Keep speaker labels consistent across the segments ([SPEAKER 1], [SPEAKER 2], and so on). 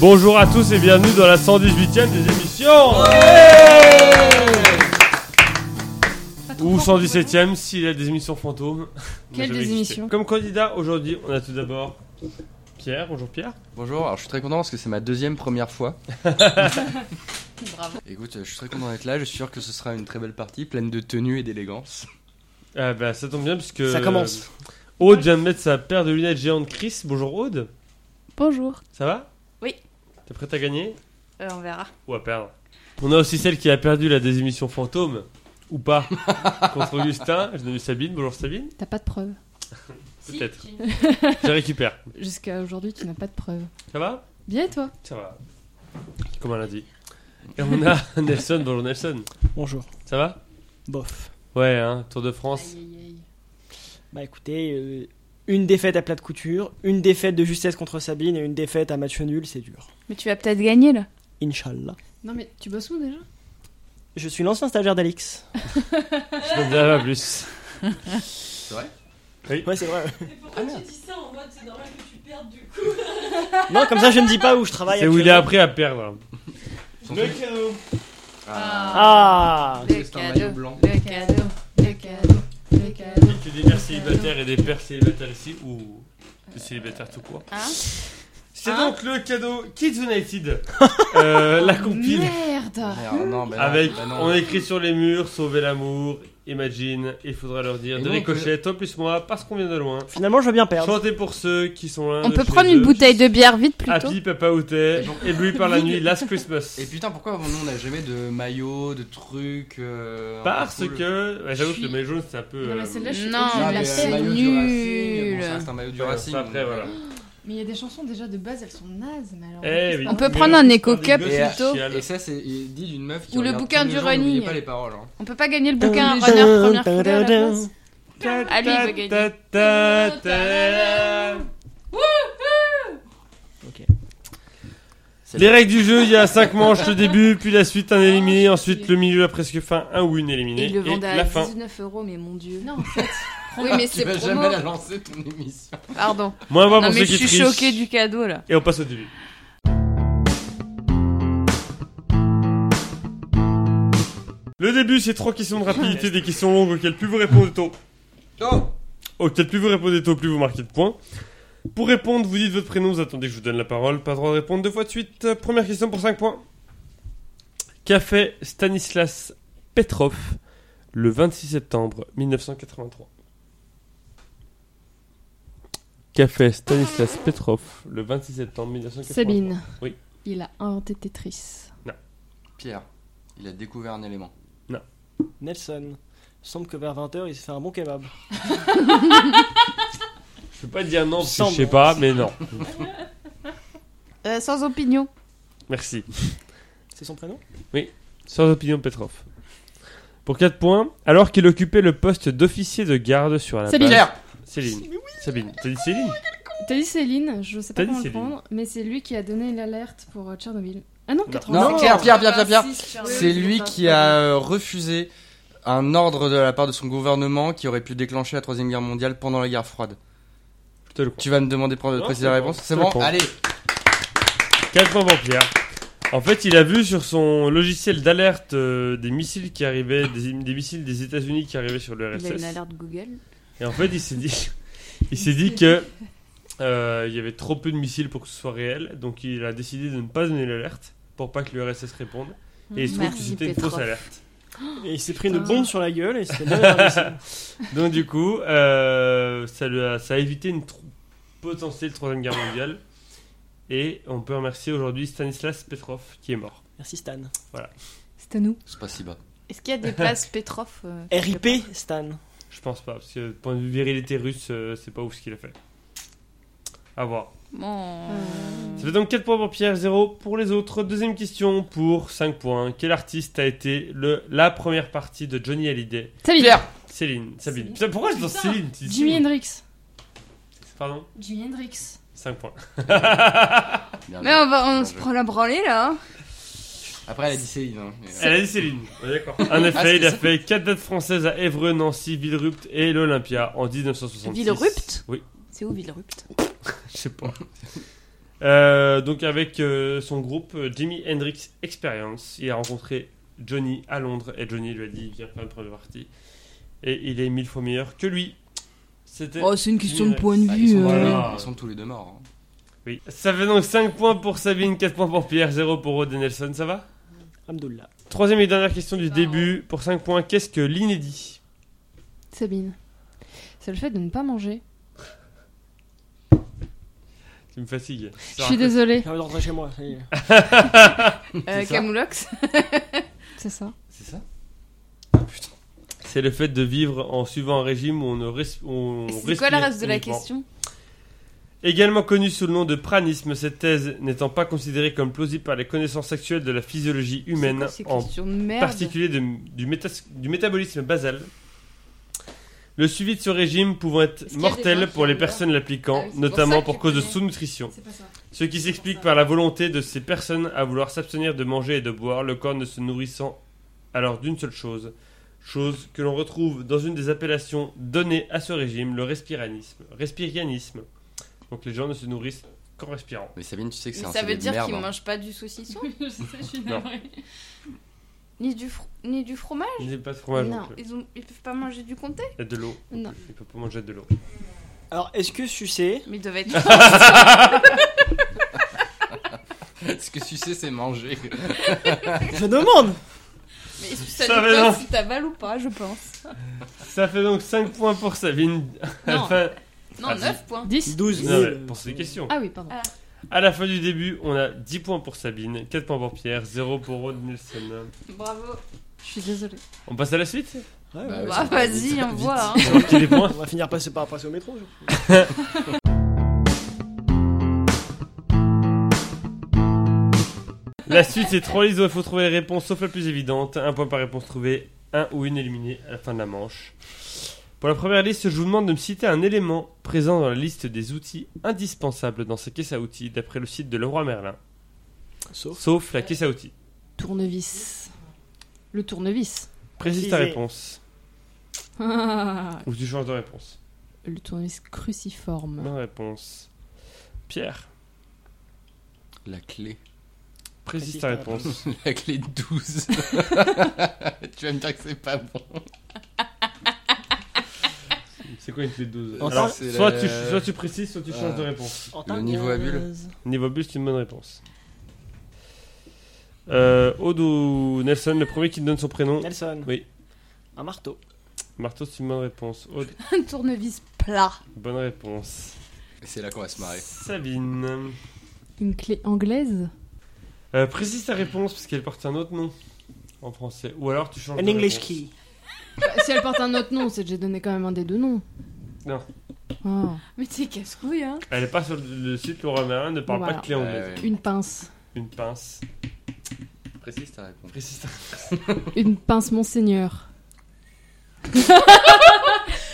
[SPEAKER 1] Bonjour à tous et bienvenue dans la 118ème des émissions Ou 117ème s'il y a des émissions fantômes. On a
[SPEAKER 2] Quelle
[SPEAKER 1] jamais
[SPEAKER 2] des
[SPEAKER 1] existé.
[SPEAKER 2] émissions
[SPEAKER 1] Comme candidat aujourd'hui, on a tout d'abord Pierre. Bonjour Pierre.
[SPEAKER 3] Bonjour, alors je suis très content parce que c'est ma deuxième première fois.
[SPEAKER 2] Bravo.
[SPEAKER 3] Écoute, je suis très content d'être là, je suis sûr que ce sera une très belle partie, pleine de tenue et d'élégance.
[SPEAKER 1] Ah bah, ça tombe bien puisque.
[SPEAKER 4] Ça commence.
[SPEAKER 1] Aude vient de mettre sa paire de lunettes géantes Chris. Bonjour Aude.
[SPEAKER 2] Bonjour.
[SPEAKER 1] Ça va
[SPEAKER 2] Oui.
[SPEAKER 1] T'es prête à gagner
[SPEAKER 2] Euh, on verra.
[SPEAKER 1] Ou à perdre On a aussi celle qui a perdu la des émissions fantômes. Ou pas. Contre Augustin. Je nomme Sabine. Bonjour Sabine.
[SPEAKER 5] T'as pas de preuves.
[SPEAKER 1] Peut-être. Je récupère.
[SPEAKER 5] Jusqu'à aujourd'hui, tu n'as pas de preuves.
[SPEAKER 1] Ça va
[SPEAKER 5] Bien, et toi
[SPEAKER 1] Ça va. Comme elle a dit. Et on a Nelson. Bonjour Nelson.
[SPEAKER 4] Bonjour.
[SPEAKER 1] Ça va
[SPEAKER 4] Bof.
[SPEAKER 1] Ouais, hein, Tour de France.
[SPEAKER 4] Bah écoutez, euh, une défaite à plat de couture, une défaite de justesse contre Sabine et une défaite à match nul, c'est dur.
[SPEAKER 2] Mais tu vas peut-être gagner là.
[SPEAKER 4] Inch'Allah.
[SPEAKER 5] Non, mais tu bosses où déjà
[SPEAKER 4] Je suis l'ancien stagiaire d'Alix.
[SPEAKER 1] Je ne dirai pas plus.
[SPEAKER 4] Ouais, c'est vrai. Ah,
[SPEAKER 6] Pourquoi tu dis ça en mode c'est normal que tu perdes du coup
[SPEAKER 4] non, comme ça je ne dis pas où je travaille.
[SPEAKER 1] C'est où il a
[SPEAKER 4] actuellement.
[SPEAKER 1] appris à perdre.
[SPEAKER 4] Ah
[SPEAKER 2] Le
[SPEAKER 3] C'est un maillot blanc.
[SPEAKER 2] Le cadeau. Le cadeau. Le cadeau.
[SPEAKER 1] Il y a des mères célibataires et des pères célibataires ici ou des célibataires tout court.
[SPEAKER 2] Hein
[SPEAKER 1] C'est
[SPEAKER 2] Hein
[SPEAKER 1] donc le cadeau Kids United, Euh, la compile
[SPEAKER 5] Merde
[SPEAKER 3] Merde, non, bah non,
[SPEAKER 1] avec
[SPEAKER 3] bah non.
[SPEAKER 1] on écrit sur les murs Sauver l'amour, Imagine, il faudra leur dire
[SPEAKER 3] Et
[SPEAKER 1] de
[SPEAKER 3] donc,
[SPEAKER 1] ricocher, toi plus moi, parce qu'on vient de loin.
[SPEAKER 4] Finalement, je veux bien perdre.
[SPEAKER 1] Chanter pour ceux qui sont loin.
[SPEAKER 2] On
[SPEAKER 1] de
[SPEAKER 2] peut
[SPEAKER 1] chez
[SPEAKER 2] prendre une
[SPEAKER 1] eux. Ah,
[SPEAKER 2] bouteille de bière vite plutôt.
[SPEAKER 1] Happy, Papa Outé, et Louis par la nuit, Last Christmas.
[SPEAKER 3] Et putain, pourquoi nous on n'a jamais de maillot, de trucs euh, un peu
[SPEAKER 1] Parce
[SPEAKER 3] cool
[SPEAKER 1] que, ouais, j'avoue que le
[SPEAKER 5] Suis-
[SPEAKER 1] maillot jaune c'est un peu.
[SPEAKER 5] Non, mais
[SPEAKER 1] euh,
[SPEAKER 5] celle-là, je suis
[SPEAKER 2] Non,
[SPEAKER 3] Non,
[SPEAKER 5] obligée de la faire.
[SPEAKER 2] c'est
[SPEAKER 3] mais euh, maillot du Racing, bon,
[SPEAKER 2] nul.
[SPEAKER 3] ça reste un maillot du
[SPEAKER 1] Ouais,
[SPEAKER 3] Racing.
[SPEAKER 1] ça, après,
[SPEAKER 3] mais-
[SPEAKER 1] voilà.
[SPEAKER 5] Mais il y a des chansons déjà de base, elles sont nazes. Mais alors,
[SPEAKER 1] Eh oui.
[SPEAKER 2] On peut prendre un éco cup
[SPEAKER 3] Et, euh,
[SPEAKER 2] plutôt.
[SPEAKER 3] Et ça, c'est il dit d'une meuf qui.
[SPEAKER 2] Ou le
[SPEAKER 3] regarde
[SPEAKER 2] bouquin
[SPEAKER 3] tous les
[SPEAKER 2] du
[SPEAKER 3] jours, n'oubliez
[SPEAKER 2] running.
[SPEAKER 3] pas les paroles. hein.
[SPEAKER 2] On peut pas gagner le bouquin
[SPEAKER 4] Dun,
[SPEAKER 2] runner
[SPEAKER 4] dun,
[SPEAKER 2] première foulée à la
[SPEAKER 4] dun, dun.
[SPEAKER 2] place.
[SPEAKER 1] Ta-
[SPEAKER 2] Ah, lui, il
[SPEAKER 1] ta-
[SPEAKER 2] veut gagner.
[SPEAKER 1] ta- ta- ta-
[SPEAKER 4] Ok.
[SPEAKER 1] Les règles du jeu, il y a 5 manches le début, puis la suite un éliminé, ensuite le milieu la presque fin, un win éliminé,
[SPEAKER 2] Et le
[SPEAKER 1] et
[SPEAKER 2] vendait à
[SPEAKER 1] la fin.
[SPEAKER 2] 19 euros, mais mon dieu.
[SPEAKER 5] Non, en fait.
[SPEAKER 2] Oui, mais c'est
[SPEAKER 3] Tu vas
[SPEAKER 2] promo.
[SPEAKER 3] jamais la lancer ton émission.
[SPEAKER 2] Pardon.
[SPEAKER 1] Moins moi
[SPEAKER 2] Non,
[SPEAKER 1] pour
[SPEAKER 2] mais
[SPEAKER 1] ceux
[SPEAKER 2] je
[SPEAKER 1] qui
[SPEAKER 2] suis
[SPEAKER 1] trichent.
[SPEAKER 2] choquée du cadeau là.
[SPEAKER 1] Et on passe au début. Le début, c'est trois questions de rapidité, des questions longues auxquelles plus vous répondez tôt,
[SPEAKER 3] Oh
[SPEAKER 1] auxquelles plus vous répondez tôt, plus vous marquez de points. Pour répondre, vous dites votre prénom, vous attendez que je vous donne la parole, pas droit de répondre deux fois de suite. Euh, Première question pour 5 points. Qu'a fait Stanislas Petrov le 26 septembre 1983 Qu'a fait Stanislas Petrov le 26 septembre 1983
[SPEAKER 5] Sabine.
[SPEAKER 1] Oui.
[SPEAKER 5] Il a inventé Tetris.
[SPEAKER 3] Pierre, il a découvert un élément.
[SPEAKER 4] Nelson. Semble que vers 20h, il s'est fait un bon kebab.
[SPEAKER 1] Je peux pas dire non parce que je
[SPEAKER 4] Semble.
[SPEAKER 1] sais pas, mais non.
[SPEAKER 2] Euh, sans opinion.
[SPEAKER 1] Merci.
[SPEAKER 4] C'est son prénom
[SPEAKER 1] Sans opinion Petrov. Pour 4 points, alors qu'il occupait le poste d'officier de garde sur la
[SPEAKER 5] Sabine.
[SPEAKER 1] base-
[SPEAKER 3] Pierre
[SPEAKER 1] Céline. Sabine. T'as dit Céline
[SPEAKER 5] T'as dit Céline, je sais
[SPEAKER 1] T'as
[SPEAKER 5] pas comment
[SPEAKER 1] dit
[SPEAKER 5] le
[SPEAKER 1] Céline.
[SPEAKER 5] prendre, mais c'est lui qui a donné l'alerte pour euh, Tchernobyl. Ah non, 80.
[SPEAKER 3] Non, Pierre, Pierre, Pierre, Pierre,
[SPEAKER 2] Ah,
[SPEAKER 3] Pierre. C'est
[SPEAKER 2] Oui,
[SPEAKER 3] lui
[SPEAKER 2] c'est
[SPEAKER 3] qui a euh, refusé un ordre de la part de son gouvernement qui aurait pu déclencher la troisième guerre mondiale pendant la guerre froide.
[SPEAKER 1] Je te le crois.
[SPEAKER 3] Tu vas me demander de
[SPEAKER 1] Non,
[SPEAKER 3] préciser
[SPEAKER 1] c'est
[SPEAKER 3] la
[SPEAKER 1] bon,
[SPEAKER 3] réponse
[SPEAKER 1] je
[SPEAKER 3] C'est
[SPEAKER 1] te
[SPEAKER 3] bon
[SPEAKER 1] prends.
[SPEAKER 3] Allez
[SPEAKER 1] 4 points pour Pierre. En fait, il a vu sur son logiciel d'alerte euh, des missiles qui arrivaient, des, des missiles des États-Unis qui arrivaient sur le
[SPEAKER 2] Il a une
[SPEAKER 1] RSS.
[SPEAKER 2] alerte Google.
[SPEAKER 1] Et en fait, il s'est dit, il s'est dit que euh, il y avait trop peu de missiles pour que ce soit réel, donc il a décidé de ne pas donner l'alerte pour pas que le RSS réponde. Et il se trouve que
[SPEAKER 2] Merci,
[SPEAKER 1] c'était une
[SPEAKER 2] Petrov.
[SPEAKER 1] fausse alerte.
[SPEAKER 6] Oh,
[SPEAKER 4] Et il s'est pris une
[SPEAKER 5] Putain.
[SPEAKER 4] bombe sur la gueule et c'était bien intéressant.
[SPEAKER 1] Donc du coup, euh, ça, lui a, ça a évité une tro- potentielle troisième guerre mondiale. Et on peut remercier aujourd'hui Stanislas Petrov qui est mort.
[SPEAKER 4] Merci Stan.
[SPEAKER 5] C'est à nous.
[SPEAKER 3] C'est pas si bas.
[SPEAKER 2] Est-ce qu'il y a des places Petrov euh,
[SPEAKER 3] Eh,
[SPEAKER 2] quelque
[SPEAKER 4] RIP Stan.
[SPEAKER 1] Je pense pas, parce que du point de vue virilité russe, euh, c'est pas ouf ce qu'il a fait. À voir.
[SPEAKER 2] part Bon. Euh.
[SPEAKER 1] Ça fait donc 4 points pour Pierre, 0 pour les autres. Deuxième question pour 5 points. Quel artiste a été le, la première partie de Johnny Hallyday
[SPEAKER 5] Sabine.
[SPEAKER 3] Pierre
[SPEAKER 1] Céline. Sabine. Putain, pourquoi je lance Céline tu dis
[SPEAKER 5] Jimi
[SPEAKER 1] Céline
[SPEAKER 5] Hendrix.
[SPEAKER 1] Pardon
[SPEAKER 5] Jimi Hendrix.
[SPEAKER 1] 5 points.
[SPEAKER 3] Bien
[SPEAKER 2] Mais on, va, on
[SPEAKER 3] Bien
[SPEAKER 2] se
[SPEAKER 3] joué.
[SPEAKER 2] prend la branlée là. hein.
[SPEAKER 3] Après, elle a dit Céline. hein, mais, euh,
[SPEAKER 1] Elle a dit Céline. En
[SPEAKER 3] Ah,
[SPEAKER 1] effet,
[SPEAKER 3] c'est
[SPEAKER 1] il a
[SPEAKER 3] ça.
[SPEAKER 1] fait 4 dates françaises à Évreux, Nancy, Villerupt et l'Olympia en 1966.
[SPEAKER 2] Villerupt
[SPEAKER 1] Oui,
[SPEAKER 2] C'est où Villerupt
[SPEAKER 1] je sais pas. Euh, donc avec euh, son groupe euh, Jimi Hendrix Experience, il a rencontré Johnny à Londres et Johnny lui a dit viens faire une première partie. Et il est mille fois meilleur que lui. C'était
[SPEAKER 2] Oh, c'est une question de
[SPEAKER 1] Direct.
[SPEAKER 2] point de
[SPEAKER 3] Ah, ils,
[SPEAKER 2] vue.
[SPEAKER 3] sont tous
[SPEAKER 1] euh,
[SPEAKER 3] les deux-
[SPEAKER 1] voilà.
[SPEAKER 3] ils sont tous les deux
[SPEAKER 1] Oh
[SPEAKER 3] morts. hein.
[SPEAKER 1] oui. Ça fait donc 5 points pour Sabine, 4 points pour Pierre, 0 pour Rod et Nelson, ça va
[SPEAKER 4] Abdullah.
[SPEAKER 1] Troisième et dernière question du
[SPEAKER 2] Ça va.
[SPEAKER 1] début, pour 5 points, qu'est-ce que l'inédit
[SPEAKER 5] Sabine. C'est le fait de ne pas manger.
[SPEAKER 1] Tu me fatigues.
[SPEAKER 5] Je suis désolée.
[SPEAKER 4] J'ai envie de rentrer chez moi. ça y est.
[SPEAKER 2] Euh,
[SPEAKER 3] ça.
[SPEAKER 2] Camoulox
[SPEAKER 5] C'est ça.
[SPEAKER 3] C'est ça
[SPEAKER 1] C'est le fait de vivre en suivant un régime où on ne res- où on
[SPEAKER 2] C'est quoi la
[SPEAKER 1] respire
[SPEAKER 2] reste de la
[SPEAKER 1] uniquement.
[SPEAKER 2] question
[SPEAKER 1] Également connu sous le nom de pranisme, cette thèse n'étant pas considérée comme plausible par les connaissances actuelles de la physiologie humaine,
[SPEAKER 2] C'est quoi
[SPEAKER 1] en
[SPEAKER 2] ces questions de merde
[SPEAKER 1] particulier de- du, métas- du métabolisme basal. Le suivi de ce régime pouvant être
[SPEAKER 2] qu'il y a des gens
[SPEAKER 1] mortel
[SPEAKER 2] qui
[SPEAKER 1] pour les
[SPEAKER 2] meurent
[SPEAKER 1] personnes l'appliquant,
[SPEAKER 2] Ah oui, c'est pour ça
[SPEAKER 1] notamment
[SPEAKER 2] que
[SPEAKER 1] pour
[SPEAKER 2] tu
[SPEAKER 1] cause de
[SPEAKER 2] connais.
[SPEAKER 1] sous-nutrition.
[SPEAKER 5] C'est pas ça.
[SPEAKER 1] Ce qui s'explique par la volonté de ces personnes à vouloir s'abstenir de manger et de boire, le corps ne se nourrissant alors d'une seule chose, chose que l'on retrouve dans une des appellations données à ce régime, le respiranisme. Respirianisme. Donc les gens ne se nourrissent qu'en respirant.
[SPEAKER 3] Mais Sabine, tu sais que c'est
[SPEAKER 2] Mais
[SPEAKER 3] un
[SPEAKER 2] ça
[SPEAKER 3] sujet
[SPEAKER 2] veut
[SPEAKER 3] de
[SPEAKER 2] dire
[SPEAKER 3] merde,
[SPEAKER 2] qu'ils
[SPEAKER 3] hein.
[SPEAKER 2] mangent pas du saucisson
[SPEAKER 5] je sais, je suis
[SPEAKER 3] Non.
[SPEAKER 5] navrée.
[SPEAKER 2] Ni du, fro- ni du fromage
[SPEAKER 1] Il n'y a pas de fromage non
[SPEAKER 2] Non,
[SPEAKER 1] plus.
[SPEAKER 2] ils, ont... ils peuvent pas manger du comté
[SPEAKER 1] Et de l'eau.
[SPEAKER 5] Non.
[SPEAKER 1] Il ne peut pas manger de l'eau.
[SPEAKER 4] Alors, est-ce que sucer
[SPEAKER 2] Mais ils doivent être.
[SPEAKER 3] Ce que tu sais, c'est manger.
[SPEAKER 4] Je demande
[SPEAKER 2] Mais ça
[SPEAKER 1] Ça va, non.
[SPEAKER 2] dépend si t'as mal ou pas, je pense.
[SPEAKER 1] Ça fait donc 5 points pour Sabine. À la
[SPEAKER 2] Non,
[SPEAKER 1] fin-
[SPEAKER 2] non
[SPEAKER 1] Ah, si.
[SPEAKER 2] 9 points.
[SPEAKER 5] 10
[SPEAKER 4] 12
[SPEAKER 1] Non, mais pour ces questions.
[SPEAKER 5] Ah oui, pardon.
[SPEAKER 2] Ah.
[SPEAKER 1] À la fin du début, on a 10 points pour Sabine, 4 points pour Pierre, 0 pour Rod Nelson.
[SPEAKER 2] Bravo.
[SPEAKER 5] Je suis désolée.
[SPEAKER 1] On passe à la suite
[SPEAKER 4] Ouais, ouais.
[SPEAKER 3] Bah,
[SPEAKER 2] Bah,
[SPEAKER 3] ça va vite,
[SPEAKER 2] vas-y,
[SPEAKER 3] ça va
[SPEAKER 2] on
[SPEAKER 3] vite.
[SPEAKER 2] voit. hein.
[SPEAKER 1] On marque les points.
[SPEAKER 4] On va finir passer par passer au métro. je crois.
[SPEAKER 1] La suite, c'est trois listes où il faut trouver les réponses, sauf la plus évidente. Un point par réponse trouvée, un ou une éliminée à la fin de la manche. Pour la première liste, je vous demande de me citer un élément présent dans la liste des outils indispensables dans ces caisses à outils, d'après le site de Leroy Merlin.
[SPEAKER 4] Sauf.
[SPEAKER 1] Sauf la caisse à outils.
[SPEAKER 5] Tournevis. Le tournevis.
[SPEAKER 1] Précise ta
[SPEAKER 4] Précisez.
[SPEAKER 1] réponse,
[SPEAKER 5] Ah,
[SPEAKER 1] ou tu changes de réponse.
[SPEAKER 5] le tournevis cruciforme.
[SPEAKER 1] Ma réponse. Pierre,
[SPEAKER 3] La clé.
[SPEAKER 1] précise ta réponse.
[SPEAKER 3] La clé de 12. tu vas me dire que c'est pas bon.
[SPEAKER 1] C'est quoi une clé de 12
[SPEAKER 4] En
[SPEAKER 1] Alors,
[SPEAKER 4] tant-
[SPEAKER 3] Oh, c'est
[SPEAKER 1] soit,
[SPEAKER 3] la-
[SPEAKER 1] tu, soit tu précises, soit tu changes de
[SPEAKER 3] Ah.
[SPEAKER 1] réponse.
[SPEAKER 4] En tant que-
[SPEAKER 3] niveau à bulle.
[SPEAKER 1] Niveau bus, c'est une bonne réponse. Euh, Aude ou Nelson, le premier qui te donne son prénom.
[SPEAKER 4] Nelson.
[SPEAKER 1] Oui.
[SPEAKER 4] Un marteau.
[SPEAKER 1] Marteau, c'est une bonne réponse. Aude,
[SPEAKER 2] Un tournevis plat.
[SPEAKER 1] bonne réponse.
[SPEAKER 3] Et C'est là qu'on va se marrer.
[SPEAKER 1] Sabine.
[SPEAKER 5] Une clé anglaise
[SPEAKER 1] Euh, précise ta réponse parce qu'elle porte un autre nom en français. Ou alors tu changes
[SPEAKER 4] Un
[SPEAKER 1] de
[SPEAKER 4] English
[SPEAKER 1] réponse.
[SPEAKER 4] key.
[SPEAKER 5] Bah, Si elle porte un autre nom, c'est que j'ai donné quand même un des deux noms.
[SPEAKER 1] Non.
[SPEAKER 5] Ah.
[SPEAKER 2] Mais t'es casse-couille, hein
[SPEAKER 1] Elle est pas sur le site, Laura Merlin ne parle
[SPEAKER 5] Bon,
[SPEAKER 1] pas
[SPEAKER 5] alors.
[SPEAKER 1] de clé en
[SPEAKER 3] Ouais, ouais.
[SPEAKER 5] Une pince.
[SPEAKER 1] Une pince.
[SPEAKER 3] Précise ta réponse.
[SPEAKER 1] Précise ta
[SPEAKER 5] Une pince, monseigneur.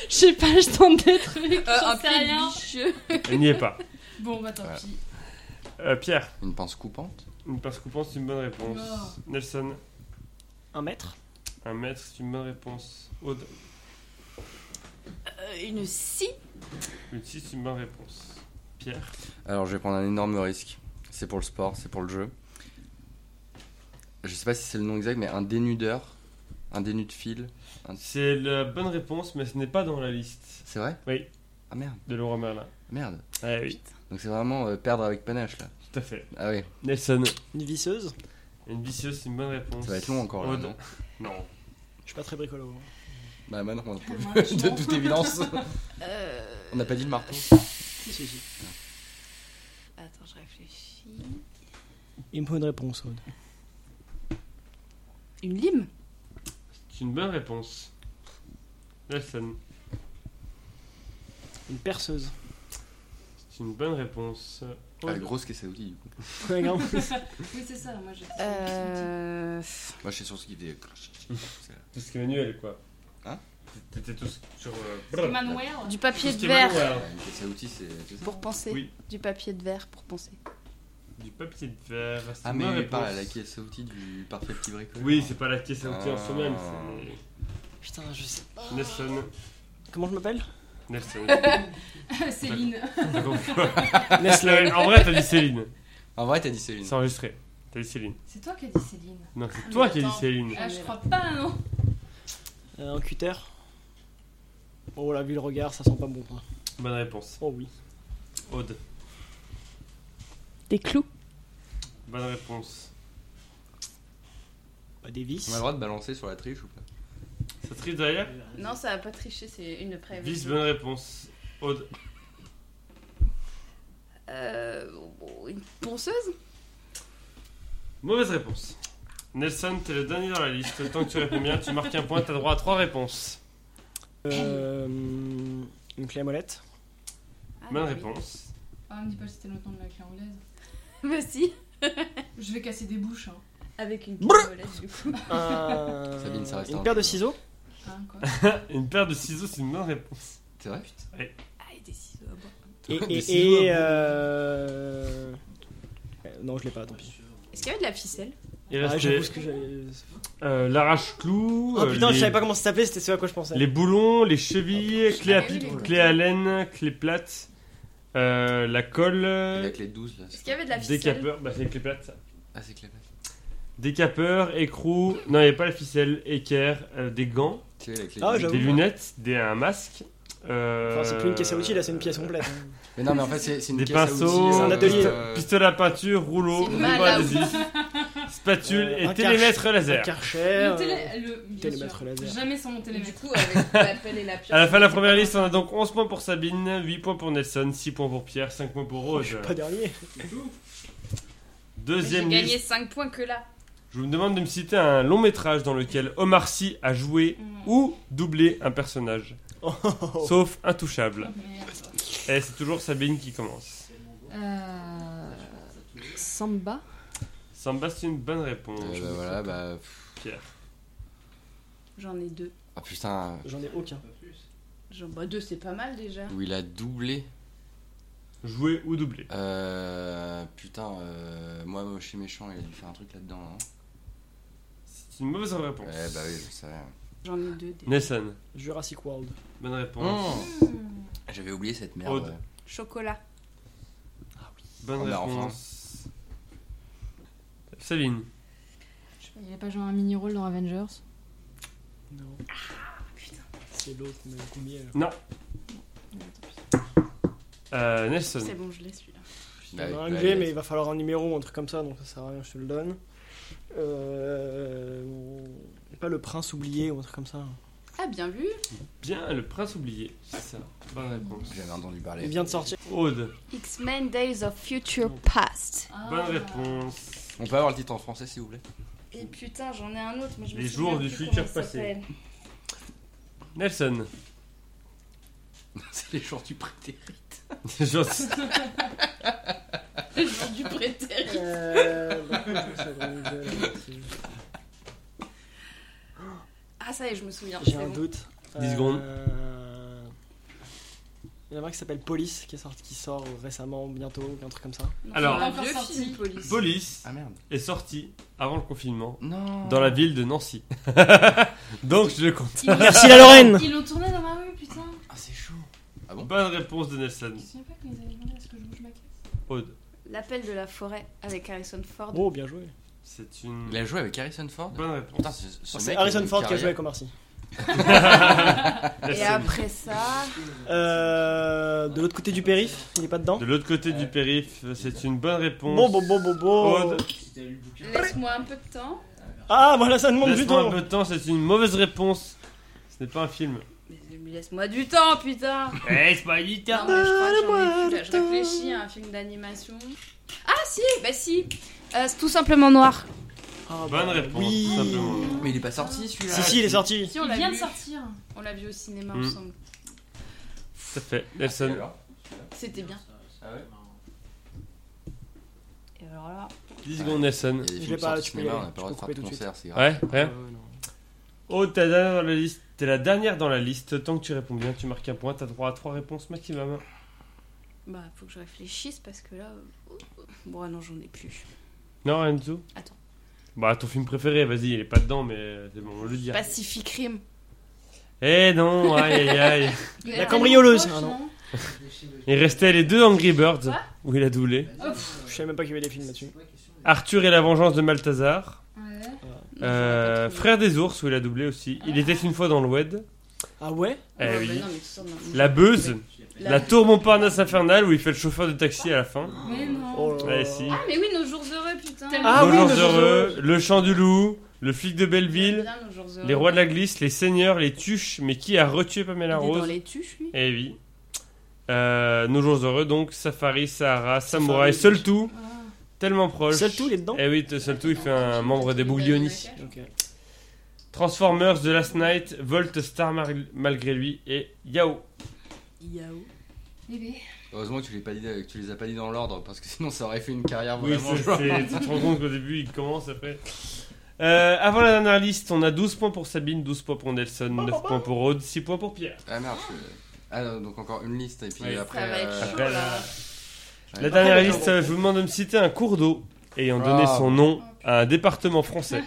[SPEAKER 5] Je sais pas, je tente des trucs.
[SPEAKER 2] Un
[SPEAKER 5] j'en sais rien.
[SPEAKER 2] bicheux.
[SPEAKER 1] Elle n'y est pas.
[SPEAKER 5] Bon, bah tant
[SPEAKER 3] Ouais.
[SPEAKER 5] pis.
[SPEAKER 1] Euh, Pierre,
[SPEAKER 3] Une pince coupante
[SPEAKER 1] une pince coupante, c'est une bonne réponse. Nelson,
[SPEAKER 4] Un mètre.
[SPEAKER 1] un mètre, c'est une bonne réponse. Aude,
[SPEAKER 5] Euh,
[SPEAKER 2] Une scie
[SPEAKER 1] une scie, c'est une bonne réponse. Pierre,
[SPEAKER 3] Alors, je vais prendre un énorme risque. C'est pour le sport, c'est pour le jeu. Je sais pas si c'est le nom exact, mais un dénudeur. Un dénude fil.
[SPEAKER 1] c'est la bonne réponse, mais ce n'est pas dans la liste.
[SPEAKER 3] C'est vrai
[SPEAKER 1] Oui.
[SPEAKER 3] Ah merde,
[SPEAKER 1] De Laurent Merlin.
[SPEAKER 3] merde.
[SPEAKER 1] Ah oui,
[SPEAKER 3] Donc c'est vraiment euh, perdre avec panache là.
[SPEAKER 1] tout à fait.
[SPEAKER 3] Ah oui,
[SPEAKER 1] Nelson.
[SPEAKER 4] Une visseuse.
[SPEAKER 1] Une vicieuse, c'est une bonne réponse.
[SPEAKER 3] ça va être long encore là.
[SPEAKER 1] Aude.
[SPEAKER 3] Non
[SPEAKER 1] Non.
[SPEAKER 4] Je suis pas très bricolo. hein.
[SPEAKER 3] bah maintenant, on de toute évidence,
[SPEAKER 2] Euh...
[SPEAKER 3] on n'a pas dit le marteau.
[SPEAKER 4] Si, si, si.
[SPEAKER 2] Attends, je réfléchis.
[SPEAKER 4] Il me faut une réponse, Aude.
[SPEAKER 2] Une lime
[SPEAKER 1] C'est une bonne réponse. Nelson.
[SPEAKER 4] Une perceuse.
[SPEAKER 1] C'est une bonne réponse.
[SPEAKER 3] Ah,
[SPEAKER 1] Aude.
[SPEAKER 3] grosse caisse à outils du coup.
[SPEAKER 4] Ouais, grave.
[SPEAKER 5] Oui, c'est ça, moi j'ai.
[SPEAKER 2] Euh...
[SPEAKER 3] Moi je sais sur ce qu'il faisait.
[SPEAKER 1] Tout ce qui est manuel, quoi.
[SPEAKER 3] Hein
[SPEAKER 1] T'étais tous sur. euh,
[SPEAKER 5] Manuel
[SPEAKER 2] Du
[SPEAKER 1] tout
[SPEAKER 2] papier
[SPEAKER 1] ce qui
[SPEAKER 2] de
[SPEAKER 1] est
[SPEAKER 2] verre
[SPEAKER 1] manuel.
[SPEAKER 3] Une caisse à outils, Euh, c'est. c'est ça
[SPEAKER 2] pour penser.
[SPEAKER 1] Oui.
[SPEAKER 2] Du papier de verre pour penser.
[SPEAKER 1] Du papier de verre. c'est
[SPEAKER 3] Ah,
[SPEAKER 1] une bonne
[SPEAKER 3] mais
[SPEAKER 1] réponse.
[SPEAKER 3] pas la caisse à outils du parfait petit bricoleur.
[SPEAKER 1] Oui, c'est pas la caisse à outils en
[SPEAKER 3] Ah.
[SPEAKER 1] soi-même. c'est-
[SPEAKER 4] Putain, je sais.
[SPEAKER 1] Nelson.
[SPEAKER 4] Comment je m'appelle
[SPEAKER 1] Nelson.
[SPEAKER 5] Ah, Céline.
[SPEAKER 1] T'as compris.
[SPEAKER 4] Nestlé.
[SPEAKER 1] en vrai, t'as dit Céline.
[SPEAKER 3] En vrai, t'as dit Céline.
[SPEAKER 1] C'est enregistré. T'as dit Céline.
[SPEAKER 5] C'est toi qui as dit Céline.
[SPEAKER 1] Non, c'est toi qui as dit Céline.
[SPEAKER 5] Ah, je crois pas, non.
[SPEAKER 4] Euh, un cutter. Oh, la vu le regard, ça sent pas bon. hein.
[SPEAKER 1] Bonne réponse.
[SPEAKER 4] Oh oui.
[SPEAKER 1] Aude.
[SPEAKER 2] Des clous.
[SPEAKER 1] Bonne réponse.
[SPEAKER 4] Bah, des vis.
[SPEAKER 3] On a le droit de balancer sur la triche ou pas
[SPEAKER 1] Ça triche derrière
[SPEAKER 2] Non, ça va pas tricher, c'est une preuve.
[SPEAKER 1] Vice, bonne réponse. Aude.
[SPEAKER 2] Euh, bon, une ponceuse
[SPEAKER 1] Mauvaise réponse. Nelson, t'es le dernier dans la liste. Tant que tu réponds bien, tu marques un point. T'as droit à trois réponses.
[SPEAKER 4] Euh, une clé à molette.
[SPEAKER 2] Ah,
[SPEAKER 1] Bonne
[SPEAKER 2] oui.
[SPEAKER 1] réponse.
[SPEAKER 5] Ah, me dis pas que c'était le temps de la clé anglaise.
[SPEAKER 2] Bah si,
[SPEAKER 5] Je vais casser des bouches, hein.
[SPEAKER 2] avec une molette, du coup.
[SPEAKER 4] Un-
[SPEAKER 3] Sabine, ça reste
[SPEAKER 4] Euh, une
[SPEAKER 3] un
[SPEAKER 4] paire de
[SPEAKER 3] jeu.
[SPEAKER 4] ciseaux.
[SPEAKER 5] Hein, quoi.
[SPEAKER 1] Une paire de ciseaux, c'est une bonne réponse.
[SPEAKER 3] C'est vrai
[SPEAKER 2] Ah, et des ciseaux à bois.
[SPEAKER 4] Et,
[SPEAKER 3] Des ciseaux,
[SPEAKER 4] et, et,
[SPEAKER 3] hein.
[SPEAKER 4] euh... euh, Non, je l'ai pas, tant pis.
[SPEAKER 2] Est-ce qu'il y avait de la ficelle
[SPEAKER 1] Il
[SPEAKER 4] Ah,
[SPEAKER 1] restait
[SPEAKER 4] j'avoue ce que j'avais.
[SPEAKER 1] euh, l'arrache-clou.
[SPEAKER 4] Oh
[SPEAKER 1] euh,
[SPEAKER 4] putain, je
[SPEAKER 1] les-
[SPEAKER 4] savais pas comment ça s'appelait, c'était ce à quoi je pensais.
[SPEAKER 1] Les boulons, les chevilles, clé à
[SPEAKER 2] Ah oui,
[SPEAKER 1] pipe,
[SPEAKER 2] les
[SPEAKER 1] clé à laine, clé plate, euh, la colle,
[SPEAKER 3] Avec les 12 là.
[SPEAKER 2] Est-ce qu'il y avait de la ficelle
[SPEAKER 1] décapeur, bah c'est les clés plates ça.
[SPEAKER 3] Ah, c'est clair.
[SPEAKER 1] Décapeur, écrou, non il n'y avait pas la ficelle, équerre, euh, des gants,
[SPEAKER 3] Tu sais, avec les
[SPEAKER 4] Ah,
[SPEAKER 3] douze.
[SPEAKER 4] j'avoue.
[SPEAKER 1] des lunettes, des, un masque. euh,
[SPEAKER 4] Enfin, c'est plus une caisse à outils, là, c'est une pièce complète. hein.
[SPEAKER 3] Mais non, mais en fait, c'est c'est une
[SPEAKER 1] Des
[SPEAKER 3] caisse à
[SPEAKER 1] pinceaux,
[SPEAKER 3] outils,
[SPEAKER 4] C'est un
[SPEAKER 3] euh,
[SPEAKER 4] atelier.
[SPEAKER 3] euh,
[SPEAKER 1] Pistolet à peinture, rouleau,
[SPEAKER 2] C'est
[SPEAKER 1] ruban
[SPEAKER 2] malin.
[SPEAKER 1] adhésif, spatule
[SPEAKER 4] Euh,
[SPEAKER 1] et
[SPEAKER 4] un
[SPEAKER 1] télémètre
[SPEAKER 4] Un
[SPEAKER 1] laser.
[SPEAKER 4] Karcher.
[SPEAKER 5] Le
[SPEAKER 4] euh,
[SPEAKER 5] télé... le... bien
[SPEAKER 4] télémètre
[SPEAKER 5] sûr.
[SPEAKER 4] laser.
[SPEAKER 5] Jamais sans mon
[SPEAKER 2] Et
[SPEAKER 5] télémètre.
[SPEAKER 2] Du coup, avec l'appel et la pioche.
[SPEAKER 1] À la fin de la première liste, on a donc 11 points pour Sabine, 8 points pour Nelson, 6 points pour Pierre, 5 points pour
[SPEAKER 4] Je
[SPEAKER 1] Rose.
[SPEAKER 4] suis pas dernier.
[SPEAKER 1] Deuxième
[SPEAKER 2] J'ai
[SPEAKER 1] liste.
[SPEAKER 2] gagné 5 points que là.
[SPEAKER 1] Je vous demande de me citer un long métrage dans lequel Omar Sy a joué
[SPEAKER 5] Mmh.
[SPEAKER 1] ou doublé un personnage, sauf Intouchable.
[SPEAKER 5] Merde.
[SPEAKER 1] Et c'est toujours Sabine qui commence.
[SPEAKER 5] Euh...
[SPEAKER 2] Samba
[SPEAKER 1] Samba, c'est une bonne réponse.
[SPEAKER 3] euh, bah, voilà, bah. pff.
[SPEAKER 2] J'en ai deux.
[SPEAKER 3] Ah putain,
[SPEAKER 4] J'en ai aucun.
[SPEAKER 2] J'en bah deux, c'est pas mal déjà.
[SPEAKER 3] euh, où il a doublé.
[SPEAKER 1] Joué ou doublé.
[SPEAKER 3] Euh. Putain, euh. Moi, moi, je suis méchant, il a dû faire un truc là-dedans. hein.
[SPEAKER 1] C'est une mauvaise réponse.
[SPEAKER 3] Ouais, bah oui, je sais.
[SPEAKER 2] J'en ai deux. Des...
[SPEAKER 1] Nelson,
[SPEAKER 4] Jurassic World.
[SPEAKER 1] bonne réponse.
[SPEAKER 3] Oh, J'avais oublié cette merde.
[SPEAKER 1] Aude.
[SPEAKER 2] Chocolat.
[SPEAKER 1] Bonne
[SPEAKER 3] Oh, bah,
[SPEAKER 1] réponse. Sabine,
[SPEAKER 5] Je sais pas, il a pas joué un mini-rôle dans Avengers
[SPEAKER 4] Non.
[SPEAKER 5] Ah,
[SPEAKER 4] C'est l'autre, mais combien alors
[SPEAKER 1] euh, Nelson,
[SPEAKER 2] C'est bon, je l'ai celui-là.
[SPEAKER 4] Il y
[SPEAKER 3] Bah oui,
[SPEAKER 4] en a un
[SPEAKER 3] bah
[SPEAKER 4] que j'ai,
[SPEAKER 3] oui.
[SPEAKER 4] mais il va falloir un numéro ou un truc comme ça, donc ça sert à rien, je te le donne. Euh. on- Pas le prince oublié ou un truc comme ça.
[SPEAKER 2] Ah, bien vu.
[SPEAKER 1] bien le prince oublié. C'est ça, bonne réponse.
[SPEAKER 3] J'avais entendu parler.
[SPEAKER 4] Il vient de sortir.
[SPEAKER 1] Aude,
[SPEAKER 2] X-Men Days of Future Past.
[SPEAKER 5] Ah,
[SPEAKER 6] Ah.
[SPEAKER 1] bonne réponse.
[SPEAKER 3] On peut avoir le titre en français, s'il vous plaît
[SPEAKER 2] Et putain, j'en ai un autre. mais je me
[SPEAKER 1] Les
[SPEAKER 2] souviens
[SPEAKER 1] jours du
[SPEAKER 2] plus
[SPEAKER 1] futur
[SPEAKER 2] comment il
[SPEAKER 1] passé.
[SPEAKER 2] s'appelle.
[SPEAKER 1] Nelson,
[SPEAKER 3] C'est les jours du prêté.
[SPEAKER 1] J'en-
[SPEAKER 2] Les jours du prétérit.
[SPEAKER 4] Euh. bah, ça va me gueuler, c'est-
[SPEAKER 2] Ah, ça y est, je me souviens.
[SPEAKER 4] J'ai
[SPEAKER 2] c'est
[SPEAKER 4] un
[SPEAKER 2] bon.
[SPEAKER 4] doute.
[SPEAKER 1] 10 secondes.
[SPEAKER 4] Euh, Il y en a un qui s'appelle Police qui, est sorti, qui sort récemment, bientôt, ou un truc comme ça.
[SPEAKER 2] Non,
[SPEAKER 1] Alors,
[SPEAKER 2] c'est un
[SPEAKER 5] Encore
[SPEAKER 2] vieux
[SPEAKER 5] sorti.
[SPEAKER 2] film, police.
[SPEAKER 1] Police
[SPEAKER 3] Ah merde.
[SPEAKER 1] est sorti avant le confinement
[SPEAKER 3] Non.
[SPEAKER 1] dans la ville de Nancy. Donc je compte.
[SPEAKER 5] Ils l'ont-
[SPEAKER 4] Merci la Lorraine
[SPEAKER 5] Ils l'ont tourné dans ma rue, putain
[SPEAKER 3] Ah, c'est chaud.
[SPEAKER 1] Bonne réponse de Nelson.
[SPEAKER 5] Je me souviens pas qu'ils avaient demandé à ce que je bouge ma caisse.
[SPEAKER 1] Aude,
[SPEAKER 2] L'appel de la forêt avec Harrison Ford.
[SPEAKER 4] Oh, bien joué.
[SPEAKER 1] c'est une
[SPEAKER 3] Il a joué avec Harrison Ford
[SPEAKER 1] bonne
[SPEAKER 3] Putain,
[SPEAKER 1] réponse.
[SPEAKER 3] ce, ce
[SPEAKER 4] C'est
[SPEAKER 3] mec
[SPEAKER 4] Harrison
[SPEAKER 3] une
[SPEAKER 4] Ford qui a
[SPEAKER 3] carrière.
[SPEAKER 4] joué avec Omar Sy.
[SPEAKER 2] Ah. Et
[SPEAKER 1] Nelson.
[SPEAKER 2] après ça,
[SPEAKER 4] Euh, de l'autre côté du périph, il est pas dedans
[SPEAKER 1] De l'autre côté du périph, c'est une bonne réponse.
[SPEAKER 4] Bon, bon, bon, bon, bon.
[SPEAKER 1] Aude,
[SPEAKER 2] laisse-moi un peu de temps.
[SPEAKER 4] Ah, voilà, ça demande du
[SPEAKER 1] laisse-moi un
[SPEAKER 4] temps.
[SPEAKER 1] peu de temps, c'est une mauvaise réponse. Ce n'est pas un film.
[SPEAKER 2] Mais laisse-moi du temps, putain.
[SPEAKER 1] Eh, c'est pas du
[SPEAKER 2] Non, mais je crois que j'en ai plus, là. Je réfléchis à un film d'animation. Ah, si, bah si. Euh, c'est tout simplement noir.
[SPEAKER 4] Ah,
[SPEAKER 1] Bonne
[SPEAKER 4] bah,
[SPEAKER 1] réponse,
[SPEAKER 4] oui.
[SPEAKER 1] simplement.
[SPEAKER 3] Mais il est pas sorti celui-là.
[SPEAKER 4] Si, si, il est sorti.
[SPEAKER 2] Si, on
[SPEAKER 5] Il
[SPEAKER 2] l'a
[SPEAKER 5] vient de
[SPEAKER 2] vu.
[SPEAKER 5] sortir
[SPEAKER 2] On l'a vu au cinéma
[SPEAKER 1] Hmm.
[SPEAKER 2] ensemble.
[SPEAKER 1] Ça fait
[SPEAKER 3] Et
[SPEAKER 1] Nelson.
[SPEAKER 3] alors
[SPEAKER 2] C'était bien.
[SPEAKER 3] Ah ouais
[SPEAKER 2] Et alors là,
[SPEAKER 1] 10 secondes Nelson.
[SPEAKER 3] Il y a des
[SPEAKER 4] Je
[SPEAKER 3] films
[SPEAKER 4] l'ai pas,
[SPEAKER 3] sortis
[SPEAKER 4] tu peux y
[SPEAKER 3] cinéma,
[SPEAKER 4] aller,
[SPEAKER 3] on n'a
[SPEAKER 4] je
[SPEAKER 3] pas le droit
[SPEAKER 4] peux couper
[SPEAKER 3] de faire
[SPEAKER 4] tout
[SPEAKER 3] de
[SPEAKER 4] de suite.
[SPEAKER 3] concert, c'est grave.
[SPEAKER 1] Ouais, rien.
[SPEAKER 4] Euh, non.
[SPEAKER 1] Aude, t'es la dernière dans la liste. T'es la dernière dans la liste. Tant que tu réponds bien, tu marques un point. T'as droit à 3 réponses maximum.
[SPEAKER 2] bah faut que je réfléchisse parce que là, euh, bon ah non j'en ai plus.
[SPEAKER 1] Non, rien du tout
[SPEAKER 2] Attends.
[SPEAKER 1] Bah, ton film préféré, vas-y, il est pas dedans, mais c'est bon, on le dit.
[SPEAKER 2] Pacific Rim.
[SPEAKER 1] hein. Eh non, aïe aïe aïe.
[SPEAKER 2] La,
[SPEAKER 4] cambrioleuse. Ah, non.
[SPEAKER 2] non
[SPEAKER 1] Il restait les deux Angry Birds, où il a doublé.
[SPEAKER 4] Je savais même pas qu'il y avait des films là-dessus.
[SPEAKER 1] Arthur et la vengeance de Malthazar.
[SPEAKER 5] Ouais.
[SPEAKER 1] Euh, Frère des ours, où il a doublé aussi. Il était une fois dans le wed.
[SPEAKER 4] Ah ouais
[SPEAKER 1] Eh
[SPEAKER 2] Ouais,
[SPEAKER 1] oui.
[SPEAKER 2] bah non, mais tout ça, non.
[SPEAKER 1] La Beuse.
[SPEAKER 2] La-
[SPEAKER 1] La tour Montparnasse infernale, où il fait le chauffeur de taxi à la fin.
[SPEAKER 2] Mais non.
[SPEAKER 4] Oh là
[SPEAKER 1] Ouais,
[SPEAKER 4] là.
[SPEAKER 1] Eh, si.
[SPEAKER 2] Ah, mais oui, nos jours heureux, putain.
[SPEAKER 4] Ah oui,
[SPEAKER 1] Nos
[SPEAKER 4] Nos
[SPEAKER 1] jours
[SPEAKER 4] Jours
[SPEAKER 1] heureux, Le Chant du Loup, Le Flic de Belleville,
[SPEAKER 2] Bien, nos jours heureux.
[SPEAKER 1] Les Rois de la Glisse, Les Seigneurs, Les Tuches, mais qui a retué
[SPEAKER 2] Il
[SPEAKER 1] Pamela
[SPEAKER 2] est dans
[SPEAKER 1] Rose
[SPEAKER 2] les tuches, lui.
[SPEAKER 1] Eh oui. Euh, nos jours heureux, donc Safari, Sahara, Samouraï, Seul Tout,
[SPEAKER 2] Ah.
[SPEAKER 1] tellement proche.
[SPEAKER 4] Seul tout, il est dedans
[SPEAKER 1] Eh oui, Seul Tout, il fait un membre des Bouglioni.
[SPEAKER 4] Ok.
[SPEAKER 1] Transformers, The Last Night, Volt Star mar- malgré lui et Yao.
[SPEAKER 2] Yao.
[SPEAKER 5] Bébé.
[SPEAKER 3] Heureusement que tu, l'as pas dit, euh, que tu les as pas dit dans l'ordre, parce que sinon ça aurait fait une carrière
[SPEAKER 1] Oui,
[SPEAKER 3] vraiment.
[SPEAKER 1] c'est-
[SPEAKER 3] genre.
[SPEAKER 1] c'est- tu te rends compte qu'au début, il commence après. Euh, avant la dernière liste, on a 12 points pour Sabine, 12 points pour Nelson, 9 points pour Aude, 6 points pour Pierre.
[SPEAKER 3] Ah merde, je suis- Ah non, donc encore une liste, et puis
[SPEAKER 1] Ouais, ça
[SPEAKER 3] après. euh,
[SPEAKER 2] va être chaud.
[SPEAKER 1] Après la,
[SPEAKER 3] ouais.
[SPEAKER 1] la dernière liste, euh, je vous demande de me citer un cours d'eau ayant donné
[SPEAKER 3] Ah.
[SPEAKER 1] son nom à un département français.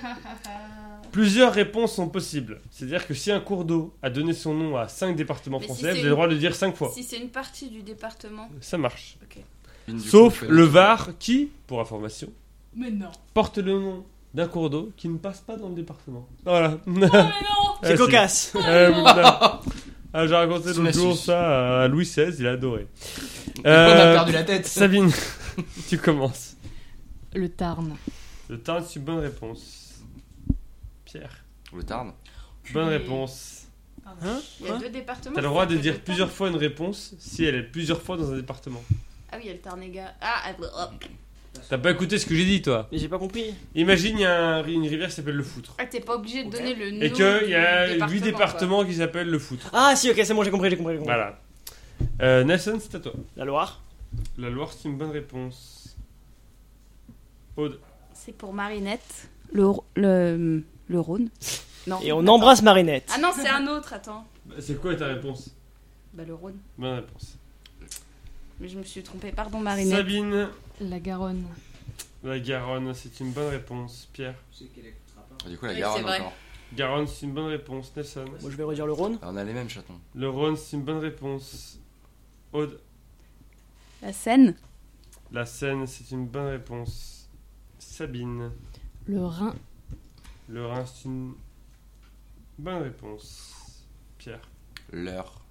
[SPEAKER 1] Plusieurs réponses sont possibles. C'est-à-dire que si un cours d'eau a donné son nom à 5 départements
[SPEAKER 2] Mais si
[SPEAKER 1] français,
[SPEAKER 2] c'est
[SPEAKER 1] vous avez
[SPEAKER 2] une-
[SPEAKER 1] le droit de le dire 5 fois.
[SPEAKER 2] Si c'est une partie du département.
[SPEAKER 1] Ça marche.
[SPEAKER 3] Du coup,
[SPEAKER 1] Sauf
[SPEAKER 3] je fais-
[SPEAKER 1] le VAR qui, pour information,
[SPEAKER 6] Mais non.
[SPEAKER 1] porte le nom d'un cours d'eau qui ne passe pas dans le département. Voilà.
[SPEAKER 6] Mais non
[SPEAKER 1] Ah,
[SPEAKER 4] C'est cocasse
[SPEAKER 1] Euh, putain. Ah, J'ai raconté
[SPEAKER 3] Sous
[SPEAKER 1] l'autre
[SPEAKER 3] la
[SPEAKER 1] jour
[SPEAKER 3] suce.
[SPEAKER 1] ça à Louis XVI, il a adoré.
[SPEAKER 3] On a
[SPEAKER 1] Euh,
[SPEAKER 3] perdu la tête.
[SPEAKER 1] Sabine, tu commences.
[SPEAKER 5] Le Tarn.
[SPEAKER 1] Le Tarn, c'est une bonne réponse. Pierre,
[SPEAKER 3] Le Tarn.
[SPEAKER 1] bonne réponse.
[SPEAKER 4] Hein
[SPEAKER 2] Il y a
[SPEAKER 4] Hein
[SPEAKER 2] deux départements.
[SPEAKER 1] T'as le droit
[SPEAKER 2] ça
[SPEAKER 1] de
[SPEAKER 2] fait
[SPEAKER 1] dire
[SPEAKER 2] deux
[SPEAKER 1] plusieurs
[SPEAKER 2] Tarn.
[SPEAKER 1] fois une réponse si elle est plusieurs fois dans un département.
[SPEAKER 2] Ah oui, il y a le Tarnéga. Ah, ah, oh.
[SPEAKER 1] T'as pas écouté ce que j'ai dit, toi
[SPEAKER 4] Mais j'ai pas compris.
[SPEAKER 1] Imagine, il y a un- une rivière qui s'appelle le Foutre.
[SPEAKER 2] Ah, t'es pas obligé de
[SPEAKER 4] Ok.
[SPEAKER 2] donner le nom.
[SPEAKER 1] Et qu'il y a
[SPEAKER 2] du
[SPEAKER 1] 8 départements qui s'appellent le Foutre.
[SPEAKER 4] Ah si, ok, c'est bon, j'ai compris, j'ai compris. j'ai compris.
[SPEAKER 1] Voilà. Euh, Nelson, c'est à toi.
[SPEAKER 4] La Loire.
[SPEAKER 1] La Loire, c'est une bonne réponse. Aude.
[SPEAKER 2] quoi. C'est pour Marinette. Le, le, le Rhône. Non.
[SPEAKER 4] Et on
[SPEAKER 2] Attends.
[SPEAKER 4] embrasse Marinette.
[SPEAKER 2] Ah non, c'est un autre, attends.
[SPEAKER 1] C'est quoi ta réponse
[SPEAKER 2] Bah, le Rhône.
[SPEAKER 1] Bonne réponse.
[SPEAKER 2] Mais je me suis trompée, pardon, Marinette.
[SPEAKER 1] Sabine,
[SPEAKER 5] La Garonne.
[SPEAKER 1] la Garonne, c'est une bonne réponse. Pierre,
[SPEAKER 3] Du coup, la
[SPEAKER 2] Oui,
[SPEAKER 3] Garonne
[SPEAKER 2] c'est vrai.
[SPEAKER 3] encore.
[SPEAKER 1] Garonne, c'est une bonne réponse. Nelson,
[SPEAKER 4] Bon, je vais redire le Rhône.
[SPEAKER 3] Ah, On a les mêmes chatons.
[SPEAKER 1] le Rhône, c'est une bonne réponse. Aude,
[SPEAKER 2] La Seine.
[SPEAKER 1] la Seine, c'est une bonne réponse. Sabine,
[SPEAKER 5] Le Rhin.
[SPEAKER 1] le Rhin, c'est une bonne réponse. Pierre,
[SPEAKER 3] L'heure.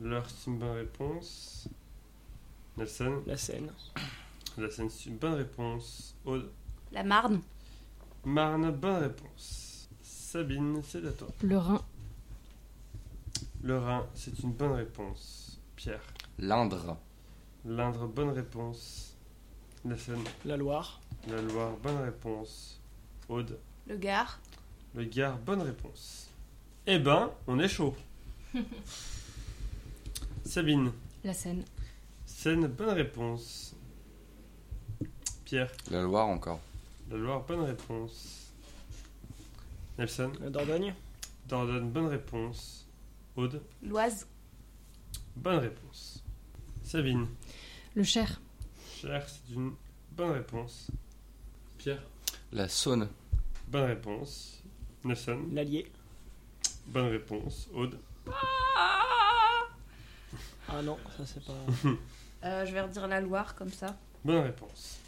[SPEAKER 1] l'Eure, c'est une bonne réponse. Nelson,
[SPEAKER 4] La Seine.
[SPEAKER 1] la Seine, c'est une bonne réponse. Aude,
[SPEAKER 2] La Marne.
[SPEAKER 1] Marne, bonne réponse. Sabine, c'est à toi.
[SPEAKER 5] Le Rhin.
[SPEAKER 1] Le Rhin, c'est une bonne réponse. Pierre.
[SPEAKER 3] L'Indre.
[SPEAKER 1] L'Indre, bonne réponse. La Seine,
[SPEAKER 4] La Loire.
[SPEAKER 1] la Loire, bonne réponse. Aude,
[SPEAKER 2] Le Gard.
[SPEAKER 1] le Gard, bonne réponse. Eh ben, on est chaud. Sabine,
[SPEAKER 5] La Seine.
[SPEAKER 1] Seine, bonne réponse. Pierre,
[SPEAKER 3] La Loire encore.
[SPEAKER 1] la Loire, bonne réponse. Nelson,
[SPEAKER 4] La Dordogne.
[SPEAKER 1] Dordogne, bonne réponse. Aude,
[SPEAKER 2] L'Oise.
[SPEAKER 1] bonne réponse. Sabine,
[SPEAKER 5] Le Cher.
[SPEAKER 1] Cher, c'est une bonne réponse. Pierre,
[SPEAKER 3] La Saône.
[SPEAKER 1] bonne réponse. Nelson,
[SPEAKER 4] L'Allier.
[SPEAKER 1] Bonne réponse, Aude.
[SPEAKER 4] Ah non, ça c'est pas...
[SPEAKER 2] Euh, je vais redire la Loire comme ça.
[SPEAKER 1] Bonne réponse.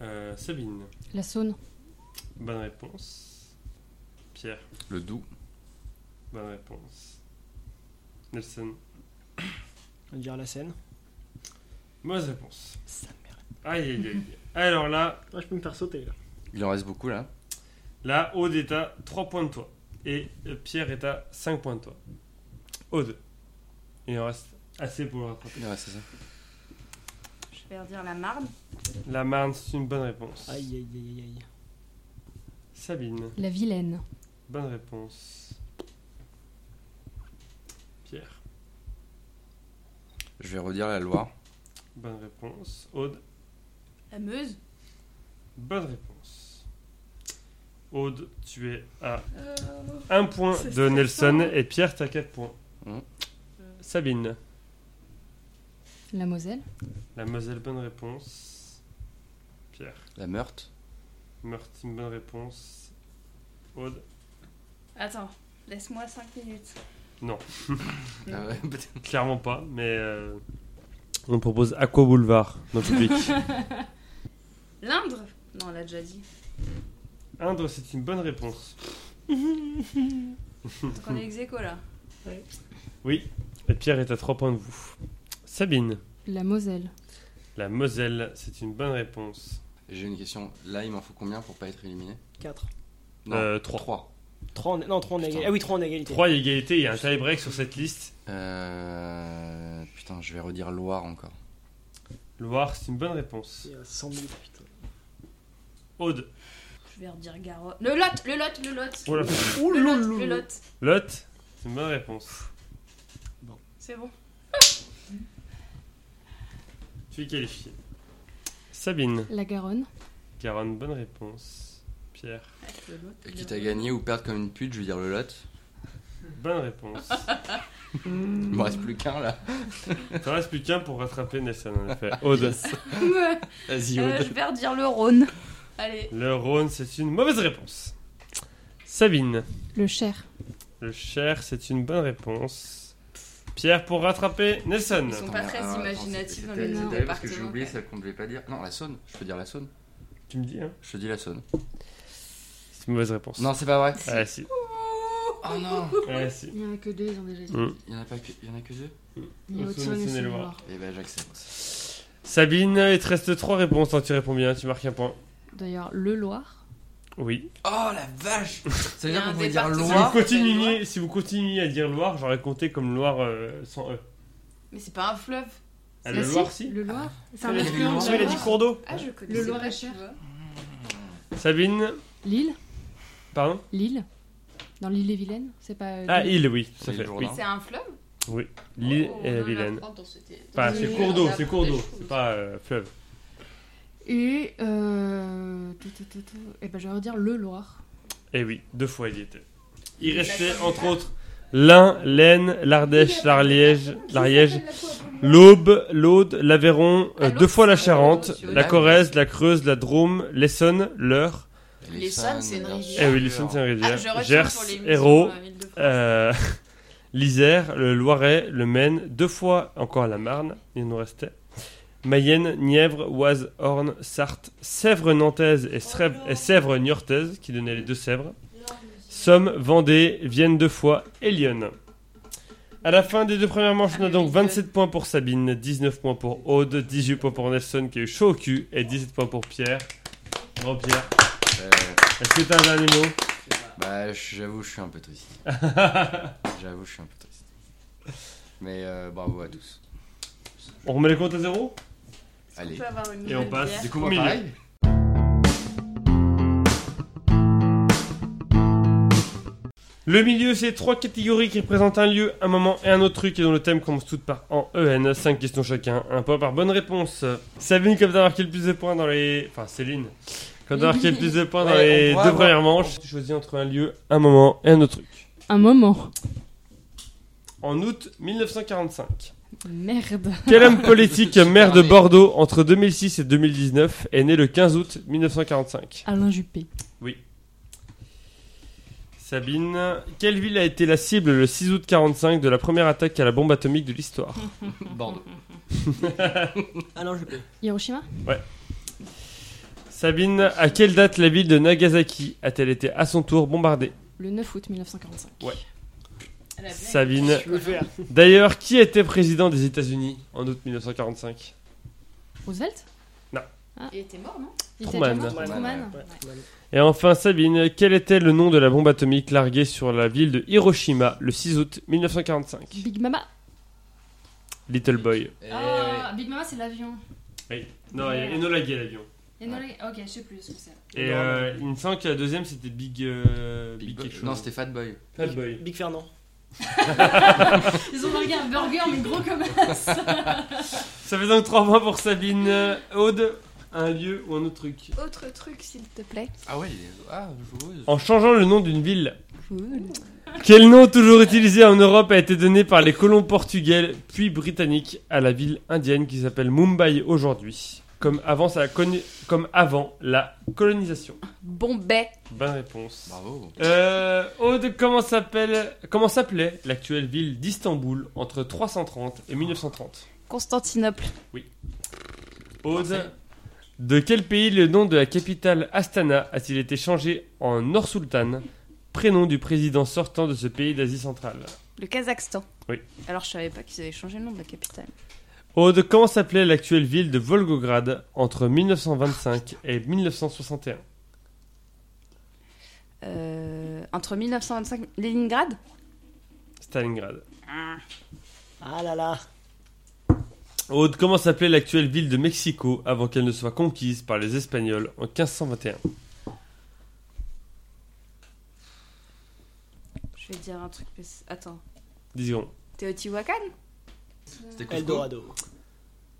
[SPEAKER 1] Euh, Sabine.
[SPEAKER 5] La Saône.
[SPEAKER 1] Bonne réponse. Pierre.
[SPEAKER 3] Le Doubs.
[SPEAKER 1] Bonne réponse. Nelson.
[SPEAKER 4] On va dire la Seine.
[SPEAKER 1] Mauvaise réponse.
[SPEAKER 4] Sa mère.
[SPEAKER 1] Aïe aïe aïe. Alors là,
[SPEAKER 4] Ah, je peux me faire sauter là.
[SPEAKER 3] Il en reste beaucoup là.
[SPEAKER 1] là, Aude est à 3 points de toi. Et euh, Pierre est à 5 points de toi. Aude. Il en reste assez pour le rattraper.
[SPEAKER 3] Ouais, c'est ça.
[SPEAKER 2] Je vais redire la Marne.
[SPEAKER 1] La Marne, c'est une bonne réponse.
[SPEAKER 4] Aïe, aïe, aïe, aïe, aïe.
[SPEAKER 1] Sabine.
[SPEAKER 5] La Vilaine.
[SPEAKER 1] Bonne réponse. Pierre.
[SPEAKER 3] Je vais redire la Loire.
[SPEAKER 1] Bonne réponse. Aude.
[SPEAKER 2] La Meuse.
[SPEAKER 1] Bonne réponse. Aude, tu es à
[SPEAKER 2] Euh,
[SPEAKER 1] 1 point de Nelson et Pierre, t'as 4 points.
[SPEAKER 3] Mm.
[SPEAKER 1] Sabine,
[SPEAKER 5] La Moselle.
[SPEAKER 1] la Moselle, bonne réponse. Pierre,
[SPEAKER 3] La Meurthe.
[SPEAKER 1] Martine, bonne réponse. Aude,
[SPEAKER 2] Attends. Laisse-moi 5 minutes. Mm.
[SPEAKER 3] Ah ouais, peut-être.
[SPEAKER 1] Clairement pas, mais euh, on propose Aqua Boulevard dans le public.
[SPEAKER 2] L'Indre Non, on l'a déjà dit.
[SPEAKER 1] Indre, c'est une bonne réponse.
[SPEAKER 4] Hmm.
[SPEAKER 2] Donc on est ex aequo, là.
[SPEAKER 1] Oui, et Pierre est à 3 points de vous. Sabine,
[SPEAKER 5] La Moselle.
[SPEAKER 1] la Moselle, c'est une bonne réponse.
[SPEAKER 3] J'ai une question. Là, il m'en faut combien pour pas être éliminé
[SPEAKER 4] 4.
[SPEAKER 3] Non,
[SPEAKER 1] Euh, trois.
[SPEAKER 3] 3.
[SPEAKER 4] Trois en- non, 3 en égalité. Ah oui, 3 en égalité.
[SPEAKER 1] 3 égalité, il y a un tie-break sur cette liste.
[SPEAKER 3] Euh... Putain, je vais redire Loire encore.
[SPEAKER 1] Loire, c'est une bonne réponse.
[SPEAKER 4] Il y a 100 000, putain.
[SPEAKER 1] Aude,
[SPEAKER 2] Je vais redire Garonne. Le Lot Le Lot Le Lot
[SPEAKER 1] oh là.
[SPEAKER 4] Ouh,
[SPEAKER 2] Le
[SPEAKER 4] loulou.
[SPEAKER 2] Lot Le Lot
[SPEAKER 1] Lot, c'est une bonne réponse.
[SPEAKER 2] C'est bon.
[SPEAKER 1] Tu es qualifié. Sabine,
[SPEAKER 5] La Garonne.
[SPEAKER 1] Caronne, bonne réponse. Pierre,
[SPEAKER 2] Le Lot.
[SPEAKER 3] Et quitte à gagner ou perdre comme une pute, je vais dire le lot.
[SPEAKER 1] bonne réponse.
[SPEAKER 3] Il me reste plus qu'un là.
[SPEAKER 1] Il t'en reste plus qu'un pour rattraper Nelson, en effet. Aude,
[SPEAKER 2] Euh,
[SPEAKER 3] Vas-y,
[SPEAKER 2] je vais redire le Rhône. Allez.
[SPEAKER 1] le Rhône, c'est une mauvaise réponse. Sabine,
[SPEAKER 5] Le Cher.
[SPEAKER 1] le Cher, c'est une bonne réponse. Pierre pour rattraper Nelson.
[SPEAKER 2] Ils sont pas
[SPEAKER 3] euh,
[SPEAKER 2] très imaginatifs dans les noms.
[SPEAKER 3] C'était parce que j'ai
[SPEAKER 2] départements,
[SPEAKER 3] oublié
[SPEAKER 2] quand
[SPEAKER 3] celle qu'on ne devait pas dire. Non, la Saône. Je peux dire la Saône.
[SPEAKER 1] Tu me dis, hein
[SPEAKER 3] Je te dis la Saône.
[SPEAKER 1] C'est une mauvaise réponse.
[SPEAKER 3] Non, c'est pas vrai.
[SPEAKER 1] Ah si.
[SPEAKER 3] Oh non.
[SPEAKER 1] Ah si.
[SPEAKER 5] Il n'y en a que deux, ils ont déjà dit.
[SPEAKER 1] Mm.
[SPEAKER 3] Il y en a pas que, il y en a que deux.
[SPEAKER 5] Il y a
[SPEAKER 1] Au
[SPEAKER 5] Haute-Saône et Saône-et-Loire.
[SPEAKER 1] Saône-et-Loire.
[SPEAKER 3] Eh ben, j'accepte.
[SPEAKER 1] Sabine, il te reste trois réponses. Tant que tu réponds bien, tu marques un point.
[SPEAKER 5] D'ailleurs, le Loire.
[SPEAKER 1] Oui.
[SPEAKER 3] Oh la vache.
[SPEAKER 2] Il y
[SPEAKER 3] Ça veut
[SPEAKER 2] a
[SPEAKER 3] dire
[SPEAKER 2] un
[SPEAKER 3] qu'on pouvait dire
[SPEAKER 2] département.
[SPEAKER 1] Si vous
[SPEAKER 3] Loire.
[SPEAKER 1] continuez, si vous continuez à dire Loire, j'aurais compté comme Loire euh, sans E.
[SPEAKER 2] Mais c'est pas un fleuve.
[SPEAKER 1] Ah,
[SPEAKER 5] Ah,
[SPEAKER 1] le
[SPEAKER 5] si,
[SPEAKER 1] Loire, si.
[SPEAKER 5] Le Loire. C'est un
[SPEAKER 3] Il y avait
[SPEAKER 5] affluent
[SPEAKER 3] le
[SPEAKER 5] de
[SPEAKER 4] Tu vois,
[SPEAKER 5] la
[SPEAKER 4] il a dit
[SPEAKER 5] Loire.
[SPEAKER 4] cours d'eau.
[SPEAKER 2] Ah, je connais.
[SPEAKER 5] Le Loir-et-Cher.
[SPEAKER 1] Sabine,
[SPEAKER 5] Lille.
[SPEAKER 1] pardon
[SPEAKER 5] Lille. Dans l'île et Vilaine. C'est pas. euh,
[SPEAKER 1] Ah, île, oui, tout à
[SPEAKER 3] Oui,
[SPEAKER 1] fait.
[SPEAKER 3] le
[SPEAKER 1] Oui.
[SPEAKER 3] journal.
[SPEAKER 2] C'est un fleuve
[SPEAKER 1] L'île
[SPEAKER 6] Oh,
[SPEAKER 1] et la
[SPEAKER 6] on en
[SPEAKER 1] Vilaine.
[SPEAKER 6] apprend dans cette- dans
[SPEAKER 1] Enfin,
[SPEAKER 5] Oui.
[SPEAKER 1] c'est
[SPEAKER 6] cette-
[SPEAKER 1] cours d'eau,
[SPEAKER 6] on
[SPEAKER 1] c'est cours d'eau,
[SPEAKER 6] apprend
[SPEAKER 2] Ah,
[SPEAKER 6] des
[SPEAKER 1] c'est pas euh, fleuve.
[SPEAKER 5] Et. Euh... tout, tout, tout, tout. Eh ben, je vais redire le Loire.
[SPEAKER 1] Eh oui, deux fois il y était. Il
[SPEAKER 6] La
[SPEAKER 1] restait
[SPEAKER 6] Côte
[SPEAKER 1] entre autres l'Ain, l'Aisne, l'Ardèche, l'Ariège, l'Ariège,
[SPEAKER 6] choses.
[SPEAKER 1] l'Aube, l'Aude, l'Aveyron, euh,
[SPEAKER 2] Ah,
[SPEAKER 1] deux
[SPEAKER 2] l'Aude,
[SPEAKER 1] fois la
[SPEAKER 2] c'est-
[SPEAKER 1] Charente,
[SPEAKER 2] c'est-
[SPEAKER 1] la Corrèze, la Creuse, la Drôme, l'Essonne, l'Eure.
[SPEAKER 6] Les Saônes, c'est une
[SPEAKER 3] bien
[SPEAKER 6] rivière.
[SPEAKER 1] Eh
[SPEAKER 3] sûr.
[SPEAKER 1] oui, l'Essonne c'est un
[SPEAKER 2] Ah, je
[SPEAKER 1] rivière.
[SPEAKER 2] retiens
[SPEAKER 1] Gers,
[SPEAKER 2] pour les
[SPEAKER 1] Hérault,
[SPEAKER 2] missions, euh, Île-de-France.
[SPEAKER 1] euh, l'Isère, le Loiret, le Maine, deux fois encore la Marne, il nous restait. Mayenne, Nièvre, Oise, Orne, Sarthe, Sèvres nantaise et, Srèv- et Sèvres niortaise qui donnaient les deux Sèvres. Somme, Vendée, Vienne deux fois et Lyon. À la fin des deux premières manches, on a donc 27 points pour Sabine, 19 points pour Aude, 18 points pour Nelson qui a eu chaud au cul et 17 points pour Pierre. Grand Pierre,
[SPEAKER 3] Euh,
[SPEAKER 1] est-ce que t'as un dernier mot
[SPEAKER 3] Bah, je- j'avoue, je suis un peu triste. j'avoue, je suis un peu triste. Mais euh, bravo à tous.
[SPEAKER 1] On remet les comptes à zéro
[SPEAKER 2] On
[SPEAKER 3] Allez.
[SPEAKER 2] peut avoir une
[SPEAKER 1] Et on
[SPEAKER 2] nouvelle
[SPEAKER 1] passe.
[SPEAKER 2] bière.
[SPEAKER 3] Du coup, moi,
[SPEAKER 1] Milieu.
[SPEAKER 3] pareil.
[SPEAKER 1] Le milieu, c'est trois catégories qui représentent un lieu, un moment et un autre truc et dont le thème commence toutes par en EN. Cinq questions chacun, un point par bonne réponse. Sabine, comme t'as marqué le plus de points dans les. Enfin, Céline. Comme t'as marqué le plus de points dans
[SPEAKER 3] Ouais,
[SPEAKER 1] les deux
[SPEAKER 3] on pourra avoir-
[SPEAKER 1] premières manches, tu choisis entre un lieu, un moment et un autre truc.
[SPEAKER 5] Un moment.
[SPEAKER 1] En août 1945,
[SPEAKER 5] Merde.
[SPEAKER 1] quel homme politique
[SPEAKER 3] Super
[SPEAKER 1] maire de
[SPEAKER 3] né.
[SPEAKER 1] Bordeaux entre 2006 et 2019 est né le 15 août 1945
[SPEAKER 5] Alain Juppé.
[SPEAKER 1] Sabine, quelle ville a été la cible le 6 août 45 de la première attaque à la bombe atomique de l'histoire
[SPEAKER 3] Bordeaux.
[SPEAKER 4] Ah non, je peux.
[SPEAKER 5] Hiroshima.
[SPEAKER 1] Sabine, à quelle date la ville de Nagasaki a-t-elle été à son tour bombardée
[SPEAKER 5] Le 9 août 1945.
[SPEAKER 1] Ouais.
[SPEAKER 2] Eh
[SPEAKER 6] Elle a bien
[SPEAKER 1] Sabine.
[SPEAKER 4] Je veux faire.
[SPEAKER 1] D'ailleurs, qui était président des États-Unis en août 1945
[SPEAKER 5] Roosevelt.
[SPEAKER 6] Il était mort, non
[SPEAKER 5] Il était
[SPEAKER 1] Truman.
[SPEAKER 5] déjà mort,
[SPEAKER 3] Truman.
[SPEAKER 5] Truman.
[SPEAKER 4] Ouais, ouais.
[SPEAKER 1] Et enfin, Sabine, quel était le nom de la bombe atomique larguée sur la ville de Hiroshima le 6 août 1945
[SPEAKER 5] Big Mama.
[SPEAKER 1] Little Boy.
[SPEAKER 3] Eh
[SPEAKER 5] Ah, Big Mama, c'est l'avion.
[SPEAKER 1] Non, il y a Enola Gay, l'avion.
[SPEAKER 5] Et non, les- Ok, je sais plus ce que c'est.
[SPEAKER 1] Et
[SPEAKER 4] Non,
[SPEAKER 1] euh, il me semble que la deuxième c'était Big. euh,
[SPEAKER 3] oui.
[SPEAKER 1] Big,
[SPEAKER 3] Big Boy.
[SPEAKER 1] quelque chose.
[SPEAKER 3] Non, c'était Fat Boy.
[SPEAKER 1] Fat Boy.
[SPEAKER 4] Big Fernand.
[SPEAKER 5] Ils ont marqué un burger, mais gros comme
[SPEAKER 1] Ça fait donc 3 points pour Sabine. Aude, un lieu ou un autre truc
[SPEAKER 2] Autre truc, s'il te plaît.
[SPEAKER 3] Ah ouais, il est- ah, joueuse.
[SPEAKER 1] En changeant le nom d'une ville. Quel nom toujours utilisé en Europe a été donné par les colons portugais puis britanniques à la ville indienne qui s'appelle Mumbai aujourd'hui Comme avant, ça a connu- comme avant la colonisation.
[SPEAKER 2] Bombay.
[SPEAKER 1] Bonne réponse.
[SPEAKER 3] Bravo.
[SPEAKER 1] Euh, Aude, comment s'appelle, comment s'appelait l'actuelle ville d'Istanbul entre 330 et 1930
[SPEAKER 2] Constantinople.
[SPEAKER 1] Aude, de quel pays le nom de la capitale Astana a-t-il été changé en Nor-Sultan, prénom du président sortant de ce pays d'Asie centrale
[SPEAKER 2] Le Kazakhstan.
[SPEAKER 1] Oui.
[SPEAKER 2] Alors je savais pas qu'ils avaient changé le nom de la capitale.
[SPEAKER 1] Aude, comment s'appelait l'actuelle ville de Volgograd entre 1925 et 1961
[SPEAKER 2] Euh, entre 1925, Leningrad
[SPEAKER 1] Stalingrad.
[SPEAKER 4] Ah là là.
[SPEAKER 1] Aude, comment s'appelait l'actuelle ville de Mexico avant qu'elle ne soit conquise par les Espagnols en 1521
[SPEAKER 2] Je vais dire un truc. mais c'est- Attends.
[SPEAKER 1] Disons.
[SPEAKER 2] Teotihuacan
[SPEAKER 3] C'était Cusco
[SPEAKER 4] Eldorado.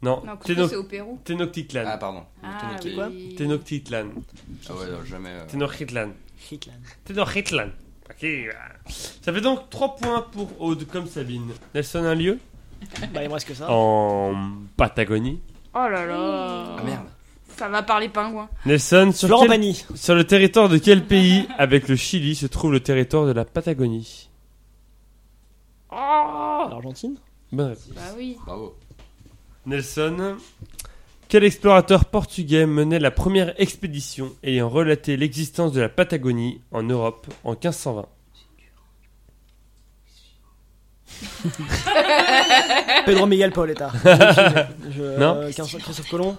[SPEAKER 1] Non,
[SPEAKER 2] Non, Cusco,
[SPEAKER 1] Teno-
[SPEAKER 2] c'est au Pérou.
[SPEAKER 1] Tenochtitlan.
[SPEAKER 3] Ah, pardon.
[SPEAKER 2] Ah,
[SPEAKER 3] Tenochtitlan.
[SPEAKER 2] oui.
[SPEAKER 4] quoi
[SPEAKER 1] Tenochtitlan.
[SPEAKER 3] Ah ouais, non, jamais. euh,
[SPEAKER 1] Tenochtitlan.
[SPEAKER 4] Hitland.
[SPEAKER 1] Tenochtitlan. Ok. Ça fait donc 3 points pour Aude comme Sabine. Nelson, un lieu
[SPEAKER 4] Bah, il me reste que ça.
[SPEAKER 1] En Patagonie.
[SPEAKER 2] Oh là là.
[SPEAKER 3] Ah merde.
[SPEAKER 2] Ça va parler pingouin.
[SPEAKER 1] Nelson, sur,
[SPEAKER 4] Florent
[SPEAKER 1] quel-
[SPEAKER 4] Pagny.
[SPEAKER 1] sur le territoire de quel pays, avec le Chili, se trouve le territoire de la Patagonie
[SPEAKER 2] Oh
[SPEAKER 4] L'Argentine.
[SPEAKER 1] Bonne réponse.
[SPEAKER 6] Bah oui.
[SPEAKER 3] Bravo.
[SPEAKER 1] Nelson, quel explorateur portugais menait la première expédition ayant relaté l'existence de la Patagonie en Europe en 1520
[SPEAKER 4] Pedro Miguel Paoletta. Je-
[SPEAKER 1] Non.
[SPEAKER 4] euh, Christophe Christophe Colomb.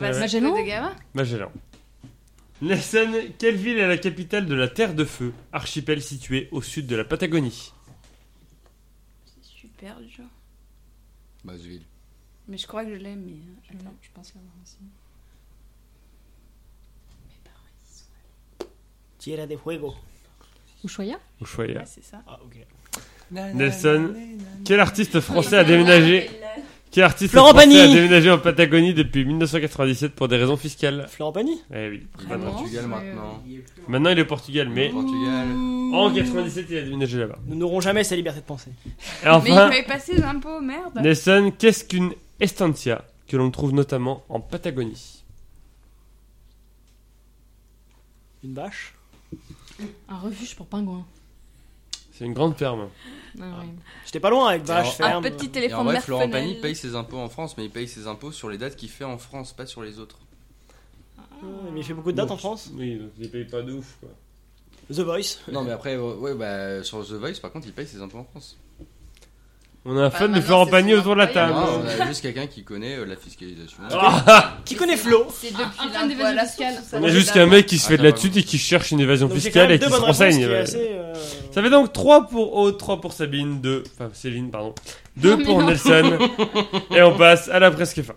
[SPEAKER 5] Magellan
[SPEAKER 6] De Gama
[SPEAKER 1] Magellan. Nelson, quelle ville est la capitale de la Terre de Feu, archipel situé au sud de la Patagonie
[SPEAKER 2] Super dur.
[SPEAKER 3] Basville.
[SPEAKER 2] Mais je crois que je l'aime. Mais... euh,
[SPEAKER 6] Attends, Euh, je pense l'avoir aussi.
[SPEAKER 4] Tierra de Fuego.
[SPEAKER 6] Ushuaïa
[SPEAKER 1] Ushuaïa.
[SPEAKER 2] Ouais, c'est ça.
[SPEAKER 4] Ah, ok.
[SPEAKER 1] Nelson, quel artiste français a déménagé Quel artiste
[SPEAKER 4] Florent
[SPEAKER 1] français a
[SPEAKER 4] Pagny.
[SPEAKER 1] déménagé en Patagonie depuis 1997 pour des raisons fiscales
[SPEAKER 4] Florent Pagny.
[SPEAKER 1] Eh oui.
[SPEAKER 3] Il est au
[SPEAKER 2] Vraiment
[SPEAKER 3] Portugal
[SPEAKER 6] Ouais.
[SPEAKER 3] maintenant.
[SPEAKER 1] Maintenant, il est au Portugal, mais
[SPEAKER 3] Au Portugal.
[SPEAKER 1] en 97, il a déménagé là-bas.
[SPEAKER 4] Nous n'aurons jamais sa liberté de penser.
[SPEAKER 1] Et
[SPEAKER 2] Mais il
[SPEAKER 1] enfin,
[SPEAKER 2] m'avait passé l'impôt, merde.
[SPEAKER 1] Nelson, qu'est-ce qu'une estancia que l'on trouve notamment en Patagonie
[SPEAKER 4] Une vache.
[SPEAKER 6] Un refuge pour pingouins.
[SPEAKER 1] C'est une grande ferme.
[SPEAKER 6] Ah, ouais.
[SPEAKER 4] J'étais pas loin avec vache,
[SPEAKER 2] Ah,
[SPEAKER 3] Alors,
[SPEAKER 2] Un
[SPEAKER 4] ferme.
[SPEAKER 2] petit
[SPEAKER 3] Et
[SPEAKER 2] téléphone
[SPEAKER 3] en vrai,
[SPEAKER 2] Merfenel.
[SPEAKER 3] Florent Pagny paye ses impôts en France, mais il paye ses impôts sur les dates qu'il fait en France, pas sur les autres.
[SPEAKER 4] Hum, Mais il fait beaucoup de dates en France.
[SPEAKER 1] Oui, donc il paye pas de ouf, quoi.
[SPEAKER 4] The Voice.
[SPEAKER 3] Non, mais après, euh, ouais, bah, sur The Voice, par contre, il paye ses impôts en France.
[SPEAKER 1] On a un
[SPEAKER 6] Bah,
[SPEAKER 1] fan de
[SPEAKER 6] maintenant,
[SPEAKER 1] Florent
[SPEAKER 6] c'est
[SPEAKER 1] Pagny
[SPEAKER 6] son
[SPEAKER 1] autour de la
[SPEAKER 6] employeur.
[SPEAKER 1] table.
[SPEAKER 3] Non,
[SPEAKER 6] bon.
[SPEAKER 3] on a juste quelqu'un qui connaît euh, la fiscalisation.
[SPEAKER 1] Ah.
[SPEAKER 4] Qui connaît Flo
[SPEAKER 6] C'est depuis
[SPEAKER 2] Ah, un fan
[SPEAKER 6] l'impôt à la
[SPEAKER 2] d'évasion
[SPEAKER 6] fiscale.
[SPEAKER 2] fiscale.
[SPEAKER 1] On a juste qu'un mec qui se
[SPEAKER 3] Ah,
[SPEAKER 1] fait de
[SPEAKER 3] ça
[SPEAKER 1] la
[SPEAKER 3] va.
[SPEAKER 1] tute et qui cherche une évasion
[SPEAKER 4] Donc j'ai quand
[SPEAKER 1] fiscale
[SPEAKER 4] même
[SPEAKER 1] et
[SPEAKER 4] deux
[SPEAKER 1] qui se
[SPEAKER 4] bonnes réponses,
[SPEAKER 1] renseigne.
[SPEAKER 4] qui est
[SPEAKER 1] ouais.
[SPEAKER 4] assez, euh,
[SPEAKER 1] Ça fait donc 3 pour Aude, 3 pour Sabine, 2, enfin Céline, pardon, 2
[SPEAKER 6] mais
[SPEAKER 1] pour
[SPEAKER 6] non.
[SPEAKER 1] Nelson. et on passe à la presque fin.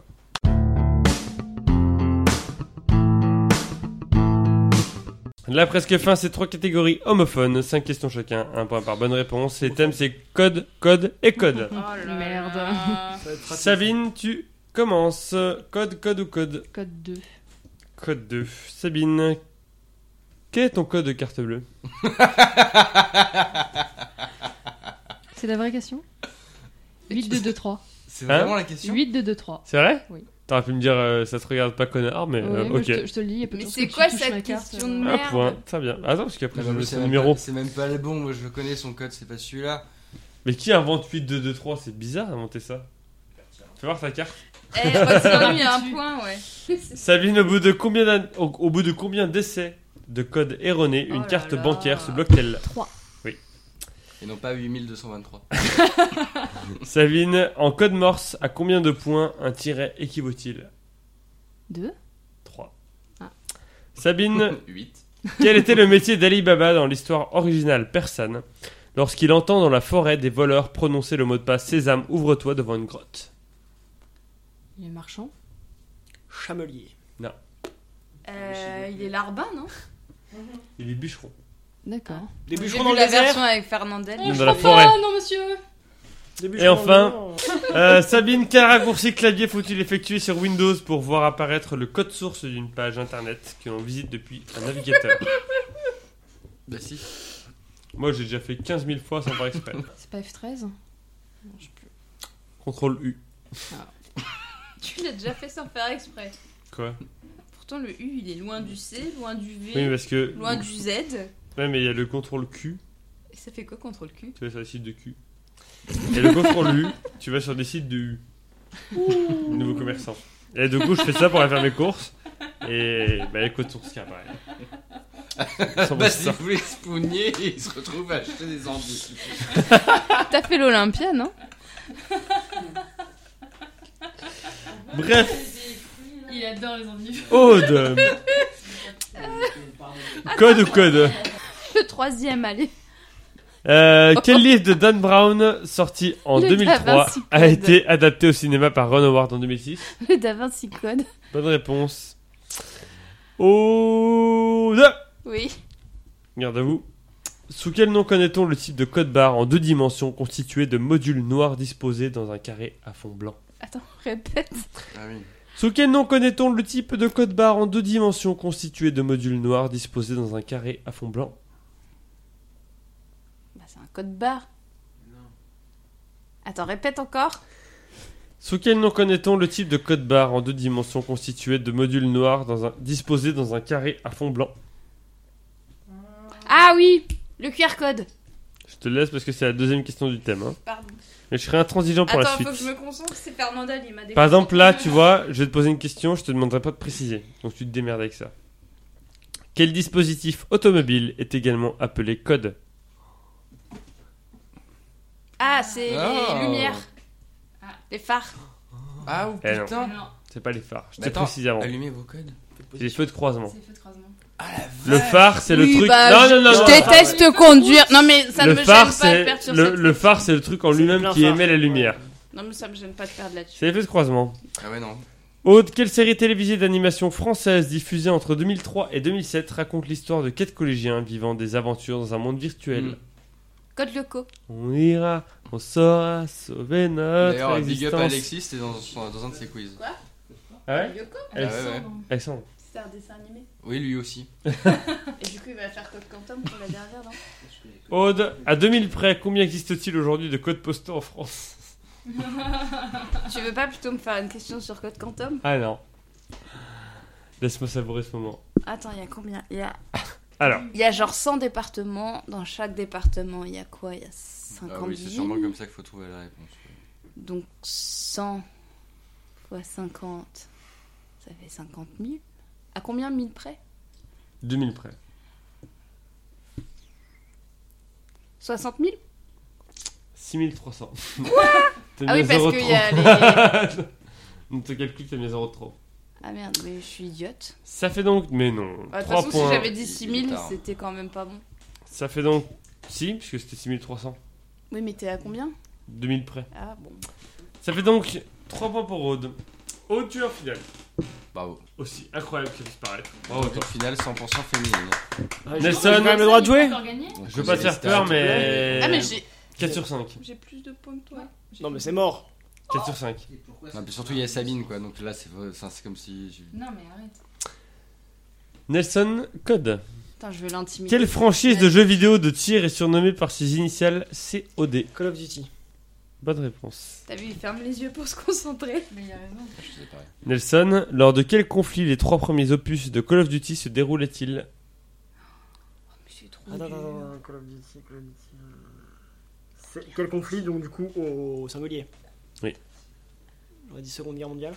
[SPEAKER 1] La presque fin, c'est trois catégories homophones, 5 questions chacun, un point par bonne réponse. Les thèmes, c'est code, code et code.
[SPEAKER 2] Oh là là.
[SPEAKER 6] Merde.
[SPEAKER 4] ça va être pratique.
[SPEAKER 1] Sabine, tu commences. Code, code ou code
[SPEAKER 6] Code 2.
[SPEAKER 1] Code 2. Sabine, quel est ton code de carte bleue
[SPEAKER 6] C'est la vraie question 8, 2, 2, 3.
[SPEAKER 3] C'est
[SPEAKER 1] Hein
[SPEAKER 3] vraiment la question
[SPEAKER 6] 8, 2, 2, 3.
[SPEAKER 1] C'est vrai
[SPEAKER 6] Oui.
[SPEAKER 1] T'aurais pu me dire euh, ça te regarde pas connard, mais euh, ok.
[SPEAKER 6] je, te, je te le lis. il y a peu de
[SPEAKER 2] Mais
[SPEAKER 6] chances
[SPEAKER 2] c'est
[SPEAKER 6] que
[SPEAKER 2] quoi
[SPEAKER 6] tu touches
[SPEAKER 2] cette
[SPEAKER 6] ma carte,
[SPEAKER 2] question
[SPEAKER 6] euh.
[SPEAKER 2] de
[SPEAKER 1] Un
[SPEAKER 2] merde
[SPEAKER 1] Ah, point, très bien. Attends, parce qu'après
[SPEAKER 3] Ah, Non,
[SPEAKER 1] je
[SPEAKER 3] mais
[SPEAKER 1] mets
[SPEAKER 3] c'est
[SPEAKER 1] son
[SPEAKER 3] même
[SPEAKER 1] numéro.
[SPEAKER 3] pas- C'est même pas le bon, moi je le connais, son code, c'est pas celui-là.
[SPEAKER 1] Mais qui invente 8, 2, 2, 3 C'est bizarre d'inventer ça. Fais voir ta carte.
[SPEAKER 2] Eh, bah, c'est quand même, il y a un point, ouais.
[SPEAKER 1] Sabine, au bout de combien d'an- au, au bout de combien d'essais de code erroné,
[SPEAKER 2] Oh
[SPEAKER 1] une
[SPEAKER 2] là
[SPEAKER 1] carte
[SPEAKER 2] là.
[SPEAKER 1] bancaire se bloque-t-elle
[SPEAKER 3] Et non pas 8223.
[SPEAKER 1] Sabine, en code morse, à combien de points un tiret équivaut-il
[SPEAKER 6] 2.
[SPEAKER 1] 3.
[SPEAKER 6] Ah.
[SPEAKER 1] Sabine,
[SPEAKER 3] 8.
[SPEAKER 1] Quel était le métier d'Ali Baba dans l'histoire originale persane lorsqu'il entend dans la forêt des voleurs prononcer le mot de passe Sésame, ouvre-toi devant une grotte
[SPEAKER 6] Il est marchand.
[SPEAKER 4] Chamelier.
[SPEAKER 2] Euh, il est larbin, non
[SPEAKER 1] Il est bûcheron.
[SPEAKER 6] D'accord.
[SPEAKER 4] Des
[SPEAKER 2] J'ai
[SPEAKER 4] bûcherons
[SPEAKER 2] vu
[SPEAKER 4] dans le
[SPEAKER 2] la
[SPEAKER 4] désert.
[SPEAKER 2] version avec
[SPEAKER 6] Ah,
[SPEAKER 2] Fernandel.
[SPEAKER 1] Dans la forêt.
[SPEAKER 6] non, monsieur
[SPEAKER 4] Des bûcherons dans le
[SPEAKER 1] enfin,
[SPEAKER 4] désert.
[SPEAKER 1] Euh, Sabine, quel raccourci clavier faut-il effectuer sur Windows pour voir apparaître le code source d'une page internet que l'on visite depuis un navigateur
[SPEAKER 3] Bah si.
[SPEAKER 1] Moi j'ai déjà fait 15 000 fois sans faire exprès.
[SPEAKER 6] C'est pas F13
[SPEAKER 1] Contrôle U.
[SPEAKER 2] Tu l'as déjà fait sans faire exprès.
[SPEAKER 1] Quoi
[SPEAKER 2] Pourtant, le U, il est loin du C, loin du V,
[SPEAKER 1] Oui, parce que.
[SPEAKER 2] loin du Z. Et
[SPEAKER 1] Ouais, mais il y a le contrôle Q.
[SPEAKER 2] ça fait quoi contre le cul
[SPEAKER 1] Tu vas sur les sites de Q. Et le contrôle U, tu vas sur des sites de U. Les nouveaux commerçants. Et du coup, je fais ça pour aller faire mes courses. Et bah, les contours qui apparaissent. Sans bon
[SPEAKER 3] Parce que
[SPEAKER 1] sens.
[SPEAKER 3] vous les spooniez et ils se retrouvent à acheter des endives.
[SPEAKER 2] T'as fait l'Olympia, non
[SPEAKER 1] Bref,
[SPEAKER 5] Il adore les endives.
[SPEAKER 1] Aude euh, Code code
[SPEAKER 2] Le troisième, allez.
[SPEAKER 1] Euh, Quel livre de Dan Brown, sorti en
[SPEAKER 2] Le
[SPEAKER 1] 2003,
[SPEAKER 2] Da Vinci
[SPEAKER 1] a
[SPEAKER 2] Code.
[SPEAKER 1] été adapté au cinéma par Ron Howard en 2006
[SPEAKER 2] Le Da Vinci Code.
[SPEAKER 1] Bonne réponse. Aude
[SPEAKER 2] Oui.
[SPEAKER 1] Garde à vous. Sous quel nom connaît-on le type de code barre en deux dimensions constitué de modules noirs disposés dans un carré à fond blanc
[SPEAKER 2] Attends, répète.
[SPEAKER 3] Ah oui.
[SPEAKER 1] Sous quel nom connaît-on le type de code barre en deux dimensions constitué de modules noirs disposés dans un carré à fond blanc
[SPEAKER 2] Bah, c'est un code barre. Attends, répète encore.
[SPEAKER 1] Sous quel nom connaît-on le type de code barre en deux dimensions constitué de modules noirs dans un... disposés dans un carré à fond blanc
[SPEAKER 2] Ah oui, le QR code.
[SPEAKER 1] Je te laisse parce que c'est la deuxième question du thème. hein.
[SPEAKER 2] Pardon.
[SPEAKER 1] Mais je serai intransigeant pour
[SPEAKER 2] Attends,
[SPEAKER 1] la
[SPEAKER 2] faut que
[SPEAKER 1] suite.
[SPEAKER 2] je me concentre, c'est Fernanda, il m'a
[SPEAKER 1] Par exemple, là, tu vois, je vais te poser une question, je te demanderai pas de préciser. Donc tu te démerdes avec ça. Quel dispositif automobile est également appelé code
[SPEAKER 2] Ah, c'est
[SPEAKER 3] Ah.
[SPEAKER 2] les lumières. Ah, Les phares.
[SPEAKER 3] Ah ou
[SPEAKER 1] Eh non.
[SPEAKER 3] putain
[SPEAKER 5] Non,
[SPEAKER 1] C'est pas les phares, je
[SPEAKER 3] Mais
[SPEAKER 1] t'ai
[SPEAKER 3] attends, Ah
[SPEAKER 1] précisé avant.
[SPEAKER 3] Allumez vos codes.
[SPEAKER 1] C'est les feux de croisement.
[SPEAKER 5] c'est les feux de croisement.
[SPEAKER 1] Le phare, c'est le truc. non, non, non,
[SPEAKER 2] bah, Je
[SPEAKER 1] non.
[SPEAKER 2] déteste conduire. Non, mais ça
[SPEAKER 1] le
[SPEAKER 2] ne me
[SPEAKER 1] phare,
[SPEAKER 2] gêne pas de
[SPEAKER 1] c'est
[SPEAKER 2] perdre sur
[SPEAKER 1] le,
[SPEAKER 2] cette-
[SPEAKER 1] le phare, c'est le truc en
[SPEAKER 4] C'est
[SPEAKER 1] lui-même
[SPEAKER 4] plein
[SPEAKER 1] qui
[SPEAKER 4] phare.
[SPEAKER 1] émet la lumière.
[SPEAKER 2] Non, mais ça me gêne pas de perdre là-dessus.
[SPEAKER 1] C'est les feux de croisement.
[SPEAKER 3] Ah ouais non.
[SPEAKER 1] Aude, quelle série télévisée d'animation française diffusée entre 2003 et 2007 raconte l'histoire de quatre collégiens vivant des aventures dans un monde virtuel
[SPEAKER 3] Mm.
[SPEAKER 2] Code loco.
[SPEAKER 1] On ira, on saura sauver notre
[SPEAKER 3] D'ailleurs, big up
[SPEAKER 1] existence.
[SPEAKER 3] à Alexis, c'était dans, son- dans un de ses quiz.
[SPEAKER 1] Ah ouais
[SPEAKER 2] Loco
[SPEAKER 3] Ah ouais, ouais.
[SPEAKER 1] Alexandre.
[SPEAKER 2] C'est un dessin animé.
[SPEAKER 3] Oui, lui aussi.
[SPEAKER 2] Et du coup, il va faire Code Quantum pour la dernière, non
[SPEAKER 1] Aude, à 2000 près, combien existe-t-il aujourd'hui de codes postaux en France
[SPEAKER 2] Tu veux pas plutôt me faire une question sur Code Quantum
[SPEAKER 1] Ah non. Laisse-moi savourer ce moment.
[SPEAKER 2] Attends, il y a combien Il y a...
[SPEAKER 1] Alors.
[SPEAKER 2] il y a genre 100 départements. Dans chaque département, il y a quoi Il y a 50
[SPEAKER 3] Ah oui, c'est
[SPEAKER 2] villes.
[SPEAKER 3] sûrement comme ça qu'il faut trouver la réponse.
[SPEAKER 2] Donc 100 fois 50, ça fait 50 000. À combien 1000 près
[SPEAKER 1] 2000 près.
[SPEAKER 2] 60 000
[SPEAKER 1] 6300. Quoi
[SPEAKER 2] Ah oui, parce qu'il y a les...
[SPEAKER 1] On te calcule, t'as mis 0 de trop.
[SPEAKER 2] Ah merde, mais je suis idiote.
[SPEAKER 1] Ça fait donc... Mais non.
[SPEAKER 2] Ah, De toute
[SPEAKER 1] 3
[SPEAKER 2] façon,
[SPEAKER 1] points.
[SPEAKER 2] si j'avais dit
[SPEAKER 3] Il est
[SPEAKER 2] 6 000,
[SPEAKER 3] tard.
[SPEAKER 2] c'était quand même pas bon.
[SPEAKER 1] Ça fait donc... Si, puisque c'était 6300.
[SPEAKER 2] Oui, mais t'es à combien
[SPEAKER 1] 2000 près.
[SPEAKER 2] Ah bon.
[SPEAKER 1] Ça fait donc 3 points pour Aude. Aude, tu es en finale.
[SPEAKER 3] Bravo.
[SPEAKER 1] Aussi incroyable que ça puisse paraître. Bravo
[SPEAKER 3] Bravo,
[SPEAKER 1] toi.
[SPEAKER 3] finale finale 100% féminine.
[SPEAKER 4] Ouais,
[SPEAKER 1] Nelson.
[SPEAKER 4] j'ai quand même le droit de jouer
[SPEAKER 5] Encore gagné
[SPEAKER 3] Donc, euh,
[SPEAKER 1] Je veux
[SPEAKER 3] on
[SPEAKER 1] pas
[SPEAKER 3] est
[SPEAKER 1] te faire
[SPEAKER 3] resté à
[SPEAKER 1] peur,
[SPEAKER 3] deux.
[SPEAKER 1] mais...
[SPEAKER 3] Euh,
[SPEAKER 2] Ah, mais j'ai
[SPEAKER 1] 4 sur 5.
[SPEAKER 2] j'ai plus de points que toi.
[SPEAKER 4] Non, mais c'est mort.
[SPEAKER 1] 4 sur 5.
[SPEAKER 3] Non, puis surtout, il y a Sabine, quoi. Donc là, c'est vrai, c'est c'est comme si. j'ai-
[SPEAKER 5] Non, mais arrête.
[SPEAKER 1] Nelson Code.
[SPEAKER 2] Putain, je veux l'intimider.
[SPEAKER 1] Quelle franchise de jeux vidéo de tir est surnommée par ses initiales COD
[SPEAKER 4] Call of Duty.
[SPEAKER 1] Bonne réponse.
[SPEAKER 2] T'as vu, il ferme les yeux pour se concentrer.
[SPEAKER 5] Mais il a raison.
[SPEAKER 3] Je sais pas.
[SPEAKER 1] Nelson, lors de quel conflit les trois premiers opus de Call of Duty se déroulaient-ils
[SPEAKER 2] Mais c'est trop
[SPEAKER 4] Attends,
[SPEAKER 2] dur.
[SPEAKER 4] attends, attends, Call of Duty, Call of Duty. euh, c'est- Quel conflit, donc, du coup, au singulier
[SPEAKER 1] Oui.
[SPEAKER 4] On a dit Seconde Guerre mondiale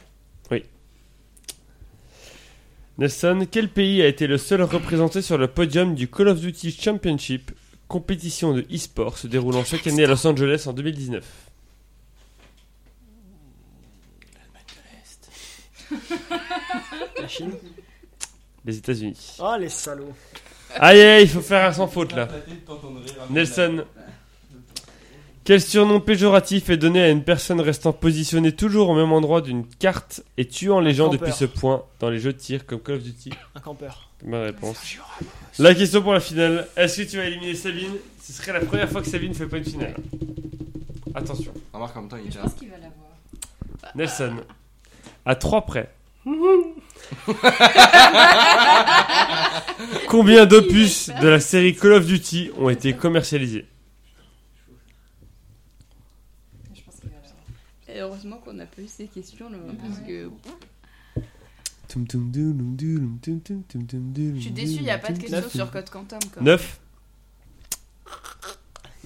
[SPEAKER 1] Nelson, quel pays a été le seul représenté sur le podium du Call of Duty Championship, compétition de e-sport se déroulant chaque année à Los Angeles en 2019
[SPEAKER 4] La Chine
[SPEAKER 1] Les États-Unis.
[SPEAKER 4] Oh, les salauds
[SPEAKER 1] Aïe, aïe, il faut faire un sans faute là. Nelson. Quel surnom péjoratif est donné à une personne restant positionnée toujours au même endroit d'une carte et tuant les gens depuis
[SPEAKER 4] campeur.
[SPEAKER 1] ce point dans les jeux de tir comme Call of Duty
[SPEAKER 4] Un campeur.
[SPEAKER 1] Ma réponse. La question pour la finale. Est-ce que tu vas éliminer Sabine Ce serait la première fois que Sabine fait pas une finale. Attention.
[SPEAKER 3] Remarque en même temps, il
[SPEAKER 5] Mais je
[SPEAKER 3] tient.
[SPEAKER 5] pense qu'il va l'avoir.
[SPEAKER 1] Nelson. À 3 près. Combien d'opus de la série Call of Duty ont été commercialisés
[SPEAKER 5] Je pense qu'il va l'avoir.
[SPEAKER 2] Euh, Et heureusement qu'on n'a pas eu ces questions là, parce que je suis déçue, il n'y a pas de questions sur Code Quantum. Quoi.
[SPEAKER 1] 9.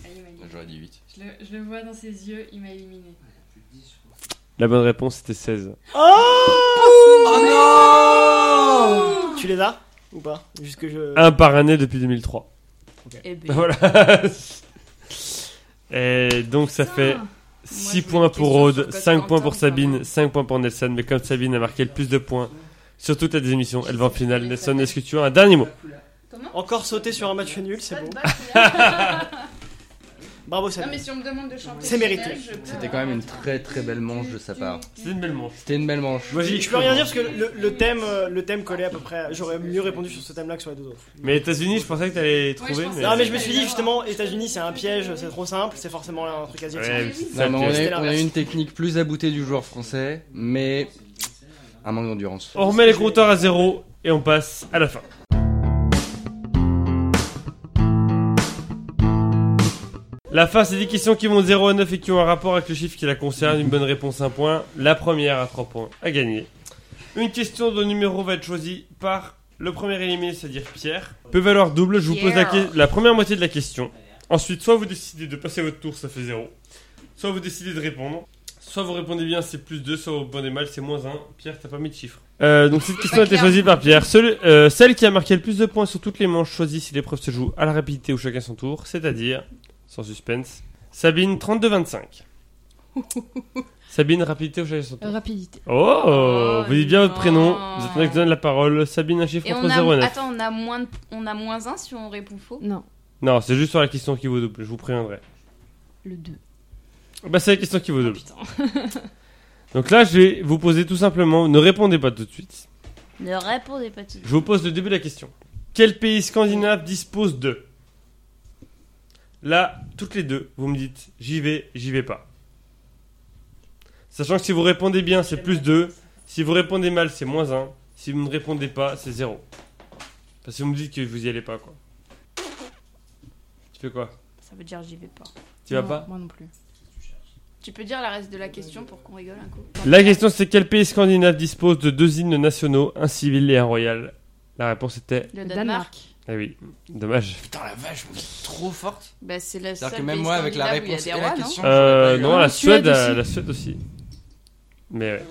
[SPEAKER 2] Allez, Manu.
[SPEAKER 3] J'aurais dit 8.
[SPEAKER 6] Je le, je le vois dans ses yeux, il m'a éliminé.
[SPEAKER 1] La bonne réponse c'était 16.
[SPEAKER 4] Ah,
[SPEAKER 3] Oh
[SPEAKER 4] Tu les as Ou pas Jusque je.
[SPEAKER 1] Un par année depuis 2003.
[SPEAKER 2] Eh ben,
[SPEAKER 1] Voilà. Et donc ça fait
[SPEAKER 6] Putain.
[SPEAKER 1] 6
[SPEAKER 2] voulais
[SPEAKER 1] points
[SPEAKER 2] une
[SPEAKER 1] pour
[SPEAKER 2] question
[SPEAKER 1] Rhodes,
[SPEAKER 2] sur Code
[SPEAKER 1] 5 points
[SPEAKER 2] Quantum,
[SPEAKER 1] pour
[SPEAKER 2] quand
[SPEAKER 1] Sabine,
[SPEAKER 2] même.
[SPEAKER 1] 5 points pour Nelson. Mais comme Sabine a marqué le plus de points sur toutes les émissions, elle va en finale. Nelson, est-ce que tu as un dernier mot
[SPEAKER 4] Encore sauter sur un match nul, c'est
[SPEAKER 2] pas de
[SPEAKER 4] beau.
[SPEAKER 2] bac, là.
[SPEAKER 4] Bravo,
[SPEAKER 2] Non,
[SPEAKER 4] Sabine.
[SPEAKER 2] mais si on me demande de chanter.
[SPEAKER 4] C'est mérité.
[SPEAKER 3] C'était quand même une très très belle manche de sa part.
[SPEAKER 1] C'est une belle manche.
[SPEAKER 3] C'était une belle manche.
[SPEAKER 1] Moi,
[SPEAKER 4] Je peux rien dire parce que le, le thème, euh, le thème collait à peu près. J'aurais mieux répondu sur ce thème-là que sur les deux autres.
[SPEAKER 1] Mais États-Unis, je pensais que t'allais
[SPEAKER 6] je
[SPEAKER 1] trouver.
[SPEAKER 6] pensais-
[SPEAKER 1] mais...
[SPEAKER 4] Non, mais je me suis dit justement, États-Unis, c'est un piège, c'est trop simple, c'est forcément un truc asiatique.
[SPEAKER 1] Ouais, mais c'est ça
[SPEAKER 3] Non, mais
[SPEAKER 1] qui
[SPEAKER 3] on,
[SPEAKER 1] est-
[SPEAKER 3] a, eu- on a eu une technique plus aboutée du joueur français, mais un manque d'endurance.
[SPEAKER 1] On remet les compteurs à zéro et on passe à la fin. La fin, c'est 10 questions qui vont de 0 à 9 et qui ont un rapport avec le chiffre qui la concerne. Une bonne réponse, un point. La première à 3 points à gagner. Une question de numéro va être choisie par le premier éliminé, c'est-à-dire Pierre. Peut valoir double, je vous pose la, que- la première moitié de la question. Ensuite, soit vous décidez de passer votre tour, ça fait 0. Soit vous décidez de répondre. Soit vous répondez bien, c'est plus 2, soit vous répondez mal, c'est moins 1. Pierre, t'as pas mis de chiffre. Euh, donc cette question a été
[SPEAKER 2] clair.
[SPEAKER 1] choisie par Pierre. Seul- euh, celle qui a marqué le plus de points sur toutes les manches choisie si l'épreuve se joue à la rapidité ou chacun son tour, c'est-à-dire, sans suspense, Sabine 32-25. Sabine, rapidité ou chacun son tour
[SPEAKER 6] Euh, Rapidité.
[SPEAKER 1] Oh,
[SPEAKER 2] Oh,
[SPEAKER 1] Vous dites bien votre
[SPEAKER 2] non.
[SPEAKER 1] prénom, vous attendez que je donne la parole. Sabine, un chiffre
[SPEAKER 2] Et
[SPEAKER 1] entre
[SPEAKER 2] on
[SPEAKER 1] 0 et
[SPEAKER 2] a,
[SPEAKER 1] 9.
[SPEAKER 2] attends, on a moins, de- on a moins un si on répond faux.
[SPEAKER 6] Non,
[SPEAKER 1] Non, c'est juste sur la question qui vaut double, je vous préviendrai.
[SPEAKER 6] le 2.
[SPEAKER 1] Bah, c'est la question qui vaut double. Donc là, je vais vous poser tout simplement, ne répondez pas tout de suite.
[SPEAKER 2] Ne répondez pas tout.
[SPEAKER 1] Je vous pose le début de la question. Quel pays scandinave dispose de Là, toutes les deux, vous me dites j'y vais, j'y vais pas. Sachant que si vous répondez bien, c'est plus 2. Si vous répondez mal, c'est moins 1. Si vous ne répondez pas, c'est 0. Parce que vous me dites que vous y allez pas, quoi. Tu fais quoi
[SPEAKER 2] Ça veut dire j'y vais pas.
[SPEAKER 1] Tu vas pas
[SPEAKER 6] Moi non plus.
[SPEAKER 2] Tu peux dire la reste de la question pour qu'on rigole un coup.
[SPEAKER 1] La question, c'est quel pays scandinave dispose de deux hymnes nationaux, un civil et un royal La réponse était.
[SPEAKER 2] Le Danemark.
[SPEAKER 1] Ah oui, dommage.
[SPEAKER 3] Putain la vache, vous êtes trop forte.
[SPEAKER 2] Bah, c'est la seule.
[SPEAKER 3] C'est-à-dire que même moi avec la réponse et la question,
[SPEAKER 1] Euh,
[SPEAKER 3] Ah, j'aurais pas eu
[SPEAKER 1] non,
[SPEAKER 6] hein.
[SPEAKER 1] la
[SPEAKER 6] La Suède
[SPEAKER 1] Suède, euh,
[SPEAKER 6] aussi.
[SPEAKER 1] la Suède aussi. Mais ouais.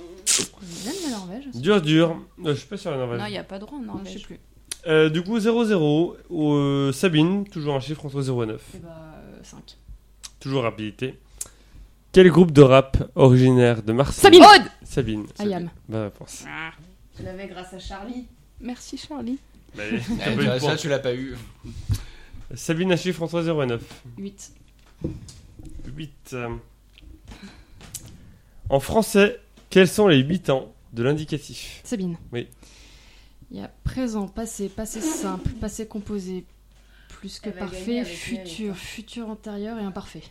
[SPEAKER 6] Même la Norvège. aussi.
[SPEAKER 1] dur, dur. Euh, je suis pas sûr la Norvège.
[SPEAKER 2] Non, il n'y a pas droit en
[SPEAKER 6] Non, je sais
[SPEAKER 2] Norvège.
[SPEAKER 6] plus.
[SPEAKER 1] Euh, du coup, 0-0. euh, Sabine, toujours un chiffre entre 0 et 9.
[SPEAKER 6] Et bah, 5.
[SPEAKER 1] Toujours rapidité. Quel groupe de rap originaire de Marseille
[SPEAKER 6] Sabine Aude
[SPEAKER 1] Sabine.
[SPEAKER 6] I am.
[SPEAKER 1] Bonne réponse.
[SPEAKER 2] Ah, je l'avais grâce à Charlie. Merci Charlie.
[SPEAKER 3] Eh,
[SPEAKER 1] T'as pas eu de
[SPEAKER 3] tu vois,
[SPEAKER 1] point.
[SPEAKER 3] ça, tu l'as pas eu.
[SPEAKER 1] Sabine, un chiffre entre 0 et 9.
[SPEAKER 6] 8.
[SPEAKER 1] 8. euh. En français, quels sont les 8 ans de l'indicatif
[SPEAKER 6] Sabine.
[SPEAKER 1] Oui.
[SPEAKER 6] Il y a présent, passé, passé simple, passé composé, plus que
[SPEAKER 2] Elle va gagner
[SPEAKER 6] parfait,
[SPEAKER 2] avec
[SPEAKER 6] futur, futur antérieur et imparfait.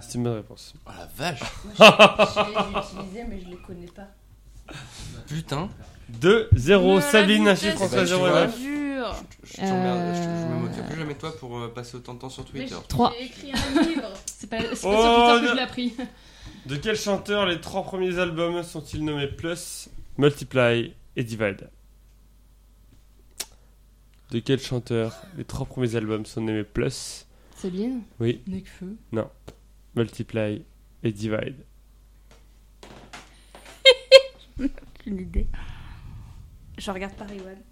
[SPEAKER 1] C'est une bonne réponse.
[SPEAKER 3] Oh la vache.
[SPEAKER 2] Je l'ai utilisé, mais je ne les connais pas.
[SPEAKER 3] Putain.
[SPEAKER 1] 2-0.
[SPEAKER 2] Mais
[SPEAKER 1] Sabine,
[SPEAKER 2] la
[SPEAKER 1] un chiffre
[SPEAKER 2] vitesse,
[SPEAKER 1] entre
[SPEAKER 3] Bah,
[SPEAKER 1] 0 et
[SPEAKER 3] tu vois.
[SPEAKER 1] 9.
[SPEAKER 2] C'est dur.
[SPEAKER 3] Je, je t'emmerde, je- je me
[SPEAKER 6] Euh.
[SPEAKER 3] moquerai plus jamais de toi pour euh, passer autant de temps sur Twitter.
[SPEAKER 6] Trois.
[SPEAKER 2] J'ai écrit un livre.
[SPEAKER 6] C'est pas,
[SPEAKER 1] sur Oh, Twitter que
[SPEAKER 6] que
[SPEAKER 1] non. je
[SPEAKER 6] je
[SPEAKER 1] l'ai
[SPEAKER 6] l'ai appris.
[SPEAKER 1] De quel chanteur les trois premiers albums sont-ils nommés Plus, Multiply et Divide De quel chanteur les trois premiers albums sont nommés Plus,
[SPEAKER 6] Sabine
[SPEAKER 1] Oui.
[SPEAKER 6] Necfeu.
[SPEAKER 1] Multiply et Divide
[SPEAKER 2] Une idée. Je regarde Paris One.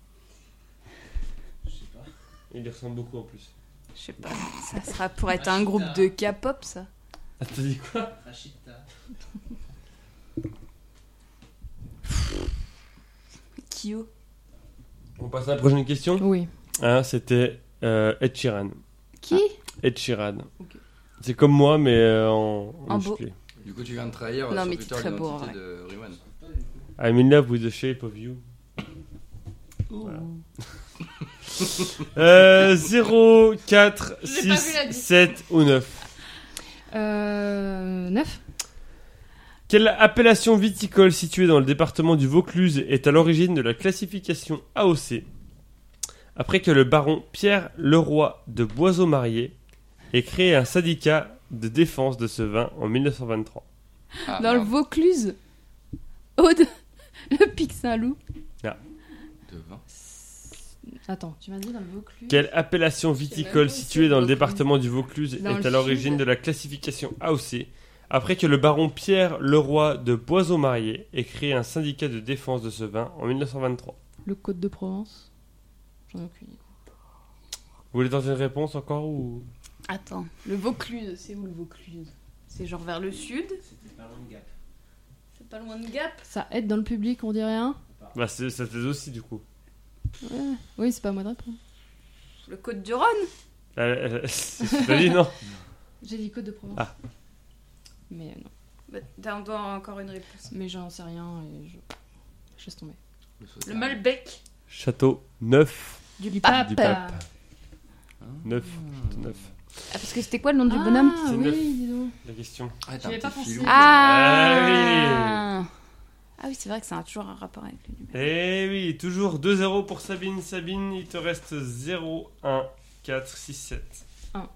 [SPEAKER 1] Il y ressemble beaucoup en plus.
[SPEAKER 2] Je sais pas. Ça sera pour être un groupe de K-pop, ça.
[SPEAKER 1] Ah, t'as dit quoi
[SPEAKER 2] Kyo.
[SPEAKER 1] On passe à la prochaine question.
[SPEAKER 6] Oui.
[SPEAKER 1] Hein, C'était euh, Ed Sheeran. Ah,
[SPEAKER 6] Qui
[SPEAKER 1] Ed Sheeran.
[SPEAKER 2] Ok.
[SPEAKER 1] C'est comme moi, mais euh, en,
[SPEAKER 2] En beau.
[SPEAKER 1] musclé.
[SPEAKER 3] Du coup, tu viens de trahir euh,
[SPEAKER 2] Non,
[SPEAKER 3] sur
[SPEAKER 2] mais
[SPEAKER 3] Twitter
[SPEAKER 2] t'es très beau, en
[SPEAKER 3] l'identité de Rewan.
[SPEAKER 1] I'm in love with the shape of you. Voilà. Euh, 0, 4,
[SPEAKER 2] J'ai pas
[SPEAKER 1] 6,
[SPEAKER 2] vu la diff.
[SPEAKER 1] 7 ou 9.
[SPEAKER 6] Euh, 9
[SPEAKER 1] Quelle appellation viticole située dans le département du Vaucluse est à l'origine de la classification AOC Après que le baron Pierre Leroy de Boiseau-Marié ait créé un syndicat de défense de ce vin en 1923.
[SPEAKER 3] Ah,
[SPEAKER 2] Dans le
[SPEAKER 3] merde.
[SPEAKER 2] Vaucluse. Aude, le Pic Saint-Loup.
[SPEAKER 3] De vin.
[SPEAKER 6] Attends, tu m'as dit dans le Vaucluse.
[SPEAKER 1] Quelle appellation viticole située dans le département du Vaucluse
[SPEAKER 6] Dans
[SPEAKER 1] est
[SPEAKER 6] le
[SPEAKER 1] à l'origine
[SPEAKER 6] sud.
[SPEAKER 1] de la classification AOC après que le baron Pierre Leroy de Boiseau-Marié ait créé un syndicat de défense de ce vin en 1923
[SPEAKER 6] Le Côte de Provence. J'en ai aucune idée.
[SPEAKER 1] Vous voulez dans une réponse encore ou
[SPEAKER 2] Attends, le Vaucluse, c'est où le Vaucluse C'est genre vers le sud C'est pas loin de Gap.
[SPEAKER 6] Ça aide dans le public, on dirait un
[SPEAKER 1] Bah c'est- ça t'aide aussi du coup.
[SPEAKER 6] Ouais. Oui, c'est pas à moi de répondre.
[SPEAKER 2] Le Côte du Rhône
[SPEAKER 1] Euh, euh, c'est ce que t'as dit non
[SPEAKER 6] J'ai dit Côte de Provence.
[SPEAKER 1] Ah.
[SPEAKER 6] Mais euh, non.
[SPEAKER 2] bah, T'en dois encore une réponse.
[SPEAKER 6] Mais j'en sais rien et je. Je laisse tomber.
[SPEAKER 2] Le Malbec.
[SPEAKER 1] Château 9.
[SPEAKER 6] Du, du
[SPEAKER 1] Du pape. 9. Château 9.
[SPEAKER 2] Ah, parce que c'était quoi le nom du
[SPEAKER 6] Ah,
[SPEAKER 2] bonhomme
[SPEAKER 1] C'est
[SPEAKER 6] oui,
[SPEAKER 1] neuf.
[SPEAKER 6] dis donc.
[SPEAKER 1] La question.
[SPEAKER 3] Ah,
[SPEAKER 6] J'y avais pas pensé.
[SPEAKER 1] Ah
[SPEAKER 2] Ah Ah oui, c'est vrai que ça a toujours un rapport avec le numéro.
[SPEAKER 1] Eh oui, toujours 2-0 pour Sabine. Sabine, il te reste 0, 1, 4, 6, 7.
[SPEAKER 6] Un.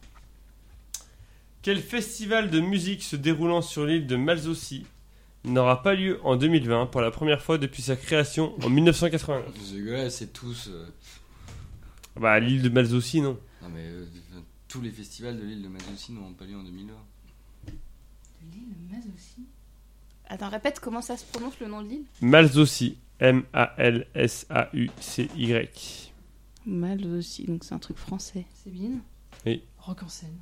[SPEAKER 1] Quel festival de musique se déroulant sur l'île de Malzossi n'aura pas lieu en 2020 pour la première fois depuis sa création en 1989
[SPEAKER 3] C'est dégueulasse, c'est tous. euh,
[SPEAKER 1] Bah, l'île de Malzossi, non.
[SPEAKER 3] Non, mais euh, euh, tous les festivals de l'île de Mazouci n'ont pas lieu en 2020.
[SPEAKER 2] Attends, répète comment ça se prononce le nom de l'île
[SPEAKER 1] Malzossi. M-A-L-S-A-U-C-Y.
[SPEAKER 2] Mal aussi, donc c'est un truc français.
[SPEAKER 6] Cébine
[SPEAKER 1] Oui.
[SPEAKER 6] Rock en scène.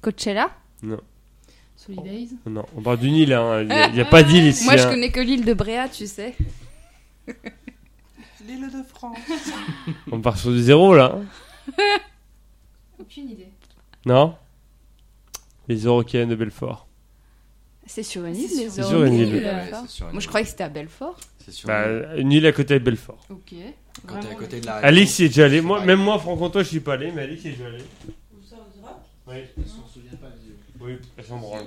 [SPEAKER 2] Coachella
[SPEAKER 1] Oh.
[SPEAKER 6] Solidays
[SPEAKER 1] Non, on parle d'une île, hein. il n'y a, il y a pas d'île ici.
[SPEAKER 2] Moi, je
[SPEAKER 1] hein.
[SPEAKER 2] connais que l'île de Bréa, tu sais.
[SPEAKER 5] L'île de France.
[SPEAKER 1] On part sur du zéro là. hein.
[SPEAKER 6] Aucune idée.
[SPEAKER 1] Non Les Européennes de Belfort.
[SPEAKER 2] C'est sur une
[SPEAKER 6] C'est
[SPEAKER 2] île,
[SPEAKER 6] sur-
[SPEAKER 2] les
[SPEAKER 6] C'est
[SPEAKER 1] sur une
[SPEAKER 2] Orangers,
[SPEAKER 1] île.
[SPEAKER 2] le
[SPEAKER 1] Ouais,
[SPEAKER 2] Belfort.
[SPEAKER 3] c'est sur une
[SPEAKER 2] euh, Moi, je
[SPEAKER 3] île.
[SPEAKER 2] croyais que c'était à Belfort.
[SPEAKER 3] C'est sûr.
[SPEAKER 1] Bah, une île à côté de Belfort.
[SPEAKER 6] Ok.
[SPEAKER 3] quand t'es à côté de la
[SPEAKER 1] Alix y est déjà allé. Moi,
[SPEAKER 3] Ouais.
[SPEAKER 1] même moi, franc-comtois, je suis pas allé, mais Alix y est déjà allé. Oui, oui, elle s'en branle.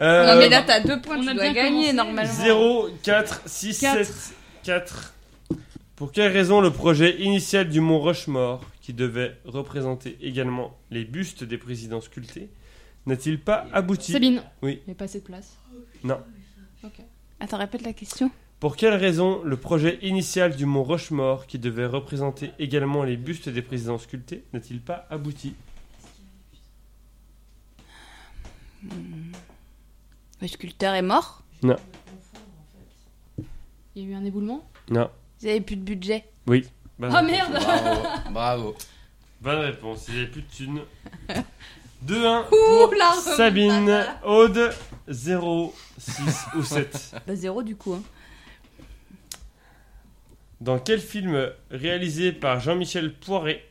[SPEAKER 1] Euh,
[SPEAKER 2] non, mais là, t'as deux points,
[SPEAKER 6] on
[SPEAKER 2] tu
[SPEAKER 6] a
[SPEAKER 2] dois
[SPEAKER 6] bien
[SPEAKER 2] gagner
[SPEAKER 6] commencé.
[SPEAKER 2] normalement.
[SPEAKER 1] 0, 4, 6,
[SPEAKER 6] Quatre.
[SPEAKER 1] 7, 4. Pour quelle raison le projet initial du mont Rushmore, qui devait représenter également les bustes des présidents sculptés, n'a-t-il pas abouti
[SPEAKER 6] Cébine
[SPEAKER 1] Oui.
[SPEAKER 6] Il n'y a pas assez de place.
[SPEAKER 1] Non.
[SPEAKER 6] Ok.
[SPEAKER 2] Attends, répète la question.
[SPEAKER 1] Pour quelle raison le projet initial du mont Rushmore, qui devait représenter également les bustes des présidents sculptés, n'a-t-il pas abouti
[SPEAKER 2] Le Hmm. sculpteur est mort
[SPEAKER 6] Il y a eu un éboulement
[SPEAKER 1] Non.
[SPEAKER 2] Vous avez plus de budget. Ah,
[SPEAKER 1] Bonne
[SPEAKER 6] Oh
[SPEAKER 1] réponse.
[SPEAKER 6] merde
[SPEAKER 3] Bravo, bravo.
[SPEAKER 1] Bonne réponse, il n'y avait plus de thunes. 2-1
[SPEAKER 2] Ouh,
[SPEAKER 1] pour
[SPEAKER 2] la remontada.
[SPEAKER 1] Sabine, Aude, 0, 6 ou 7.
[SPEAKER 2] Bah, zéro du coup. Hein.
[SPEAKER 1] Dans quel film réalisé par Jean-Michel Poiret,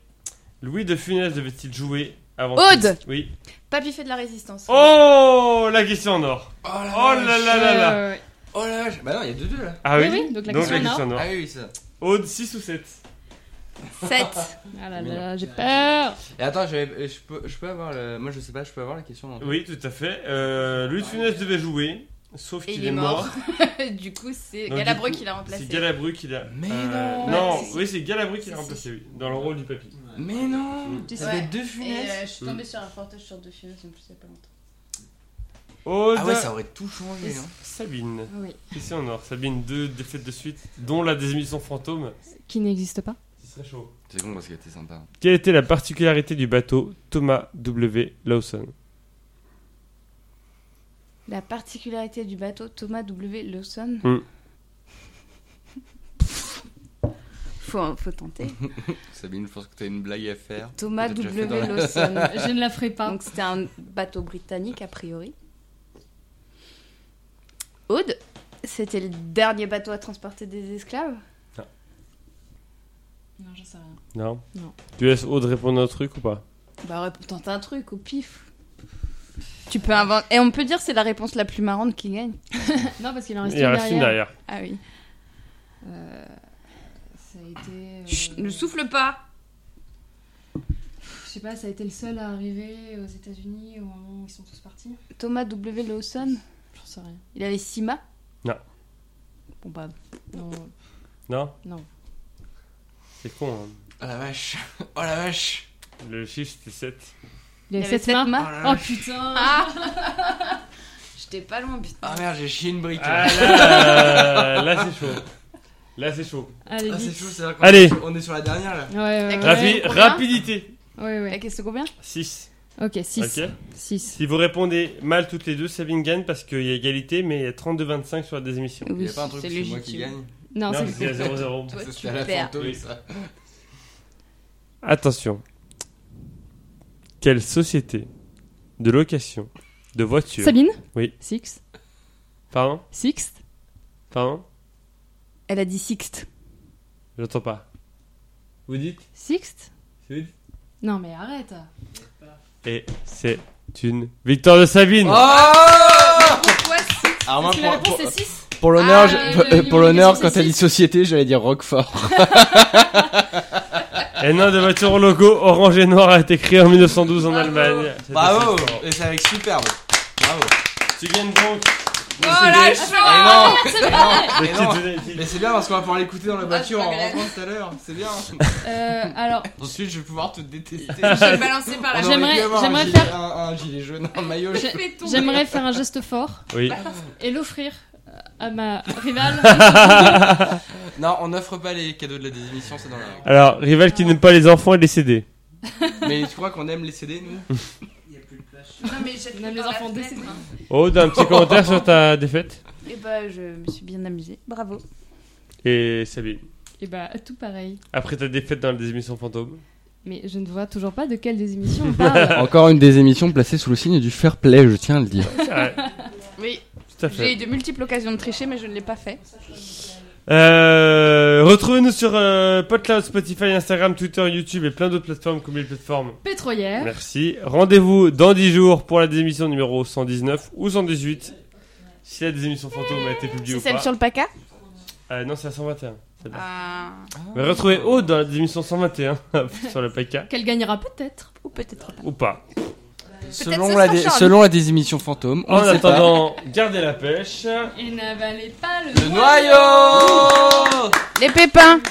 [SPEAKER 1] Louis de Funès devait-il jouer avant
[SPEAKER 2] Aude
[SPEAKER 1] qu'il- Oui.
[SPEAKER 2] Papy fait de la résistance.
[SPEAKER 1] Oh La question en or
[SPEAKER 3] Oh là
[SPEAKER 1] Oh là là là là
[SPEAKER 6] Euh,
[SPEAKER 3] Oh la vache Bah non, il y a deux deux là.
[SPEAKER 1] Ah oui,
[SPEAKER 6] oui, oui, donc la question en or.
[SPEAKER 1] en or.
[SPEAKER 3] Ah oui, oui, ça.
[SPEAKER 1] Aude, 6 ou 7
[SPEAKER 2] 7.
[SPEAKER 6] Ah là là, j'ai peur
[SPEAKER 3] Et attends, j'avais- euh, je peux, je peux avoir le. Moi je sais pas, je peux avoir la question en
[SPEAKER 1] Oui, tout à fait. Euh, Louis de Funès devait jouer, sauf
[SPEAKER 2] Et
[SPEAKER 1] qu'il
[SPEAKER 2] il
[SPEAKER 1] est
[SPEAKER 2] est
[SPEAKER 1] mort.
[SPEAKER 2] mort. du coup, c'est
[SPEAKER 1] Donc,
[SPEAKER 2] Galabru
[SPEAKER 1] du coup,
[SPEAKER 2] qui l'a remplacé.
[SPEAKER 1] C'est Galabru qui l'a.
[SPEAKER 3] Mais
[SPEAKER 1] euh,
[SPEAKER 3] non.
[SPEAKER 1] Non,
[SPEAKER 2] Ouais, si, si.
[SPEAKER 1] oui, c'est Galabru qui l'a
[SPEAKER 2] Si, si.
[SPEAKER 1] remplacé, oui, dans le rôle du papy.
[SPEAKER 3] Mais non
[SPEAKER 2] Tu
[SPEAKER 3] Ça
[SPEAKER 2] sais.
[SPEAKER 3] doit être deux
[SPEAKER 2] Et
[SPEAKER 3] funestes
[SPEAKER 2] euh, je suis tombée sur un reportage sur deux films, en plus, il y a pas longtemps.
[SPEAKER 1] Aude,
[SPEAKER 3] Ah ouais, ça aurait tout changé. Hein.
[SPEAKER 1] Sabine.
[SPEAKER 6] Oui.
[SPEAKER 1] Question en or. Sabine, deux défaites de suite, dont la démission fantôme.
[SPEAKER 6] Qui n'existe pas
[SPEAKER 1] Ce serait chaud.
[SPEAKER 3] C'est con parce que t'es sympa.
[SPEAKER 1] Quelle était la particularité du bateau Thomas W. Lawson
[SPEAKER 2] La particularité du bateau Thomas W. Lawson.
[SPEAKER 3] Mm.
[SPEAKER 1] Hmm.
[SPEAKER 2] Faut, faut tenter.
[SPEAKER 3] Sabine, je pense que t'as une blague à faire.
[SPEAKER 2] Thomas
[SPEAKER 3] T'as déjà fait
[SPEAKER 2] W.
[SPEAKER 3] dans la- Ah.
[SPEAKER 2] Lawson.
[SPEAKER 6] Euh, Je ne la ferai pas.
[SPEAKER 2] Donc c'était un bateau britannique a priori. Aude, c'était le dernier bateau à transporter des esclaves
[SPEAKER 6] Non, j'en sais rien.
[SPEAKER 1] Non
[SPEAKER 6] Non.
[SPEAKER 1] Tu laisses Aude répondre à un truc ou pas
[SPEAKER 2] Bah ouais, tente un truc au pif. Tu peux inventer. Et on peut dire c'est la réponse la plus marrante qui gagne.
[SPEAKER 6] Non, parce qu'il en reste
[SPEAKER 1] Il
[SPEAKER 6] une
[SPEAKER 1] en reste une
[SPEAKER 6] derrière.
[SPEAKER 1] derrière.
[SPEAKER 2] Ah oui.
[SPEAKER 6] Euh, ça a été. euh,
[SPEAKER 2] Chut, ne souffle pas.
[SPEAKER 6] Je sais pas, ça a été le seul à arriver aux États-Unis au moment où ils sont tous partis.
[SPEAKER 2] Thomas W. Lawson,
[SPEAKER 6] J'en sais rien.
[SPEAKER 2] il avait Sima
[SPEAKER 1] Non.
[SPEAKER 2] Bon bah.
[SPEAKER 6] Non,
[SPEAKER 1] Non
[SPEAKER 6] Non.
[SPEAKER 1] C'est con, hein.
[SPEAKER 3] Oh la vache Oh la vache
[SPEAKER 1] Le chiffre c'était 7.
[SPEAKER 6] Il y
[SPEAKER 2] Il
[SPEAKER 6] a
[SPEAKER 2] avait
[SPEAKER 6] 7
[SPEAKER 2] sept
[SPEAKER 6] mains.
[SPEAKER 2] mâts.
[SPEAKER 3] Oh la
[SPEAKER 6] Oh
[SPEAKER 3] vache
[SPEAKER 6] putain
[SPEAKER 2] Ah J'étais pas loin, putain.
[SPEAKER 3] Ah merde, j'ai chié une brique.
[SPEAKER 1] Ah là, là c'est chaud. Là, c'est chaud.
[SPEAKER 6] Allez,
[SPEAKER 3] Ah, c'est
[SPEAKER 6] vite.
[SPEAKER 3] chaud, c'est vrai qu'on
[SPEAKER 1] Allez.
[SPEAKER 3] est sur- on est sur la dernière là.
[SPEAKER 6] Ouais, ouais, ouais.
[SPEAKER 1] Rapi-
[SPEAKER 2] Rapi- combien
[SPEAKER 1] rapidité.
[SPEAKER 6] Ouais,
[SPEAKER 2] La
[SPEAKER 6] ouais.
[SPEAKER 2] question combien
[SPEAKER 1] 6.
[SPEAKER 6] Ok, 6.
[SPEAKER 1] Ok.
[SPEAKER 6] 6.
[SPEAKER 1] Si vous répondez mal toutes les deux, Sabine gagne parce qu'il y a égalité, mais il y a 32-25 sur la désémission.
[SPEAKER 3] Il y a pas un truc où c'est moi qui gagne.
[SPEAKER 6] Non,
[SPEAKER 1] Non,
[SPEAKER 6] c'est
[SPEAKER 1] c'est à 0-0.
[SPEAKER 2] Toi,
[SPEAKER 3] Ça,
[SPEAKER 2] tu
[SPEAKER 3] c'était à la
[SPEAKER 2] perds.
[SPEAKER 3] fantôme
[SPEAKER 1] Oui.
[SPEAKER 3] ça.
[SPEAKER 1] Attention. Quelle société de location de voitures
[SPEAKER 6] Sabine
[SPEAKER 1] Oui.
[SPEAKER 6] Six.
[SPEAKER 1] Pardon
[SPEAKER 6] Six.
[SPEAKER 1] Pardon
[SPEAKER 2] Elle a dit sixte.
[SPEAKER 1] J'entends pas. Vous dites
[SPEAKER 6] Six.
[SPEAKER 1] C'est vous dites
[SPEAKER 6] Non, mais arrête.
[SPEAKER 1] Et c'est une victoire de Sabine
[SPEAKER 3] Oh
[SPEAKER 2] Pourquoi
[SPEAKER 3] Alors, moi,
[SPEAKER 6] Parce que la
[SPEAKER 3] Ah, pour,
[SPEAKER 6] réponse
[SPEAKER 3] pour,
[SPEAKER 6] c'est 6.
[SPEAKER 3] pour l'honneur,
[SPEAKER 6] Ah,
[SPEAKER 3] je-
[SPEAKER 6] euh,
[SPEAKER 3] pour-
[SPEAKER 6] le- le-
[SPEAKER 3] pour l'honneur,
[SPEAKER 6] le-
[SPEAKER 3] quand t'as
[SPEAKER 6] le-
[SPEAKER 3] dit société, j'allais dire Roquefort.
[SPEAKER 1] Un nom de voiture au logo orange et noir a été créé en 1912 en Allemagne. C'était
[SPEAKER 3] Bravo
[SPEAKER 1] ça.
[SPEAKER 3] Et c'est avec superbe. Bravo.
[SPEAKER 1] Tu gagnes donc
[SPEAKER 3] Oh la
[SPEAKER 1] le
[SPEAKER 3] chance Ah,
[SPEAKER 1] kit de
[SPEAKER 3] Mais
[SPEAKER 1] Netflix.
[SPEAKER 3] c'est bien parce qu'on va pouvoir l'écouter dans la voiture
[SPEAKER 2] c'est pas
[SPEAKER 3] en
[SPEAKER 2] grave.
[SPEAKER 3] rentrant tout à l'heure. C'est bien.
[SPEAKER 6] Euh, alors,
[SPEAKER 3] Ensuite, je vais pouvoir te détester.
[SPEAKER 2] J'ai balancé par
[SPEAKER 3] On
[SPEAKER 2] la
[SPEAKER 3] aurait
[SPEAKER 6] J'aimerais-
[SPEAKER 3] pu avoir un
[SPEAKER 6] j'aimerais
[SPEAKER 3] gilet-
[SPEAKER 6] faire-
[SPEAKER 3] un, un gilet jaune, un maillot. jaune.
[SPEAKER 6] j'ai-
[SPEAKER 2] péton.
[SPEAKER 6] j'aimerais faire un geste fort
[SPEAKER 1] Oui.
[SPEAKER 6] et l'offrir à ma rivale.
[SPEAKER 3] Non, on n'offre pas les cadeaux de la désémission, c'est dans la règle.
[SPEAKER 1] Alors, rival qui n'aime pas les enfants et les CD.
[SPEAKER 3] Mais tu crois qu'on aime les CD, nous
[SPEAKER 2] Non, mais j'ai
[SPEAKER 6] On aime les enfants décédés.
[SPEAKER 1] Oh, un petit commentaire sur ta défaite
[SPEAKER 2] Et bah, je me suis bien amusée. Bravo.
[SPEAKER 1] Et Sabine.
[SPEAKER 6] Et bah, tout pareil.
[SPEAKER 1] Après ta défaite dans les émissions fantômes.
[SPEAKER 6] Mais je ne vois toujours pas de quelle des émissions on parle.
[SPEAKER 3] Encore une désémission placée sous le signe du fair play, je tiens à le dire.
[SPEAKER 1] Ah,
[SPEAKER 2] Oui,
[SPEAKER 1] tout à
[SPEAKER 2] j'ai eu
[SPEAKER 1] fait.
[SPEAKER 2] de multiples occasions de tricher, mais je ne l'ai pas fait.
[SPEAKER 1] Euh, Retrouvez-nous sur euh, PodCloud, Spotify, Instagram, Twitter, YouTube et plein d'autres plateformes comme les plateformes.
[SPEAKER 6] Pétrolière.
[SPEAKER 1] Merci. Rendez-vous dans 10 jours pour la désémission numéro 119 ou 118. Si la désémission fantôme a été publiée
[SPEAKER 2] C'est
[SPEAKER 1] ou
[SPEAKER 2] celle
[SPEAKER 1] pas.
[SPEAKER 2] sur le paca
[SPEAKER 1] Euh, non, c'est la 121. celle-là.
[SPEAKER 2] Ah.
[SPEAKER 1] Mais retrouvez Aude dans la démission 121 sur le PK
[SPEAKER 6] Qu'elle gagnera peut-être.
[SPEAKER 2] Ou peut-être pas.
[SPEAKER 1] ou pas.
[SPEAKER 2] ce
[SPEAKER 3] Selon la,
[SPEAKER 2] sera
[SPEAKER 3] dé-
[SPEAKER 2] Charles.
[SPEAKER 3] selon la désémission fantôme, on
[SPEAKER 1] En
[SPEAKER 3] ne sait pas.
[SPEAKER 1] attendant, gardez la pêche.
[SPEAKER 6] Et n'avalez pas le,
[SPEAKER 3] Le noyau
[SPEAKER 2] Les pépins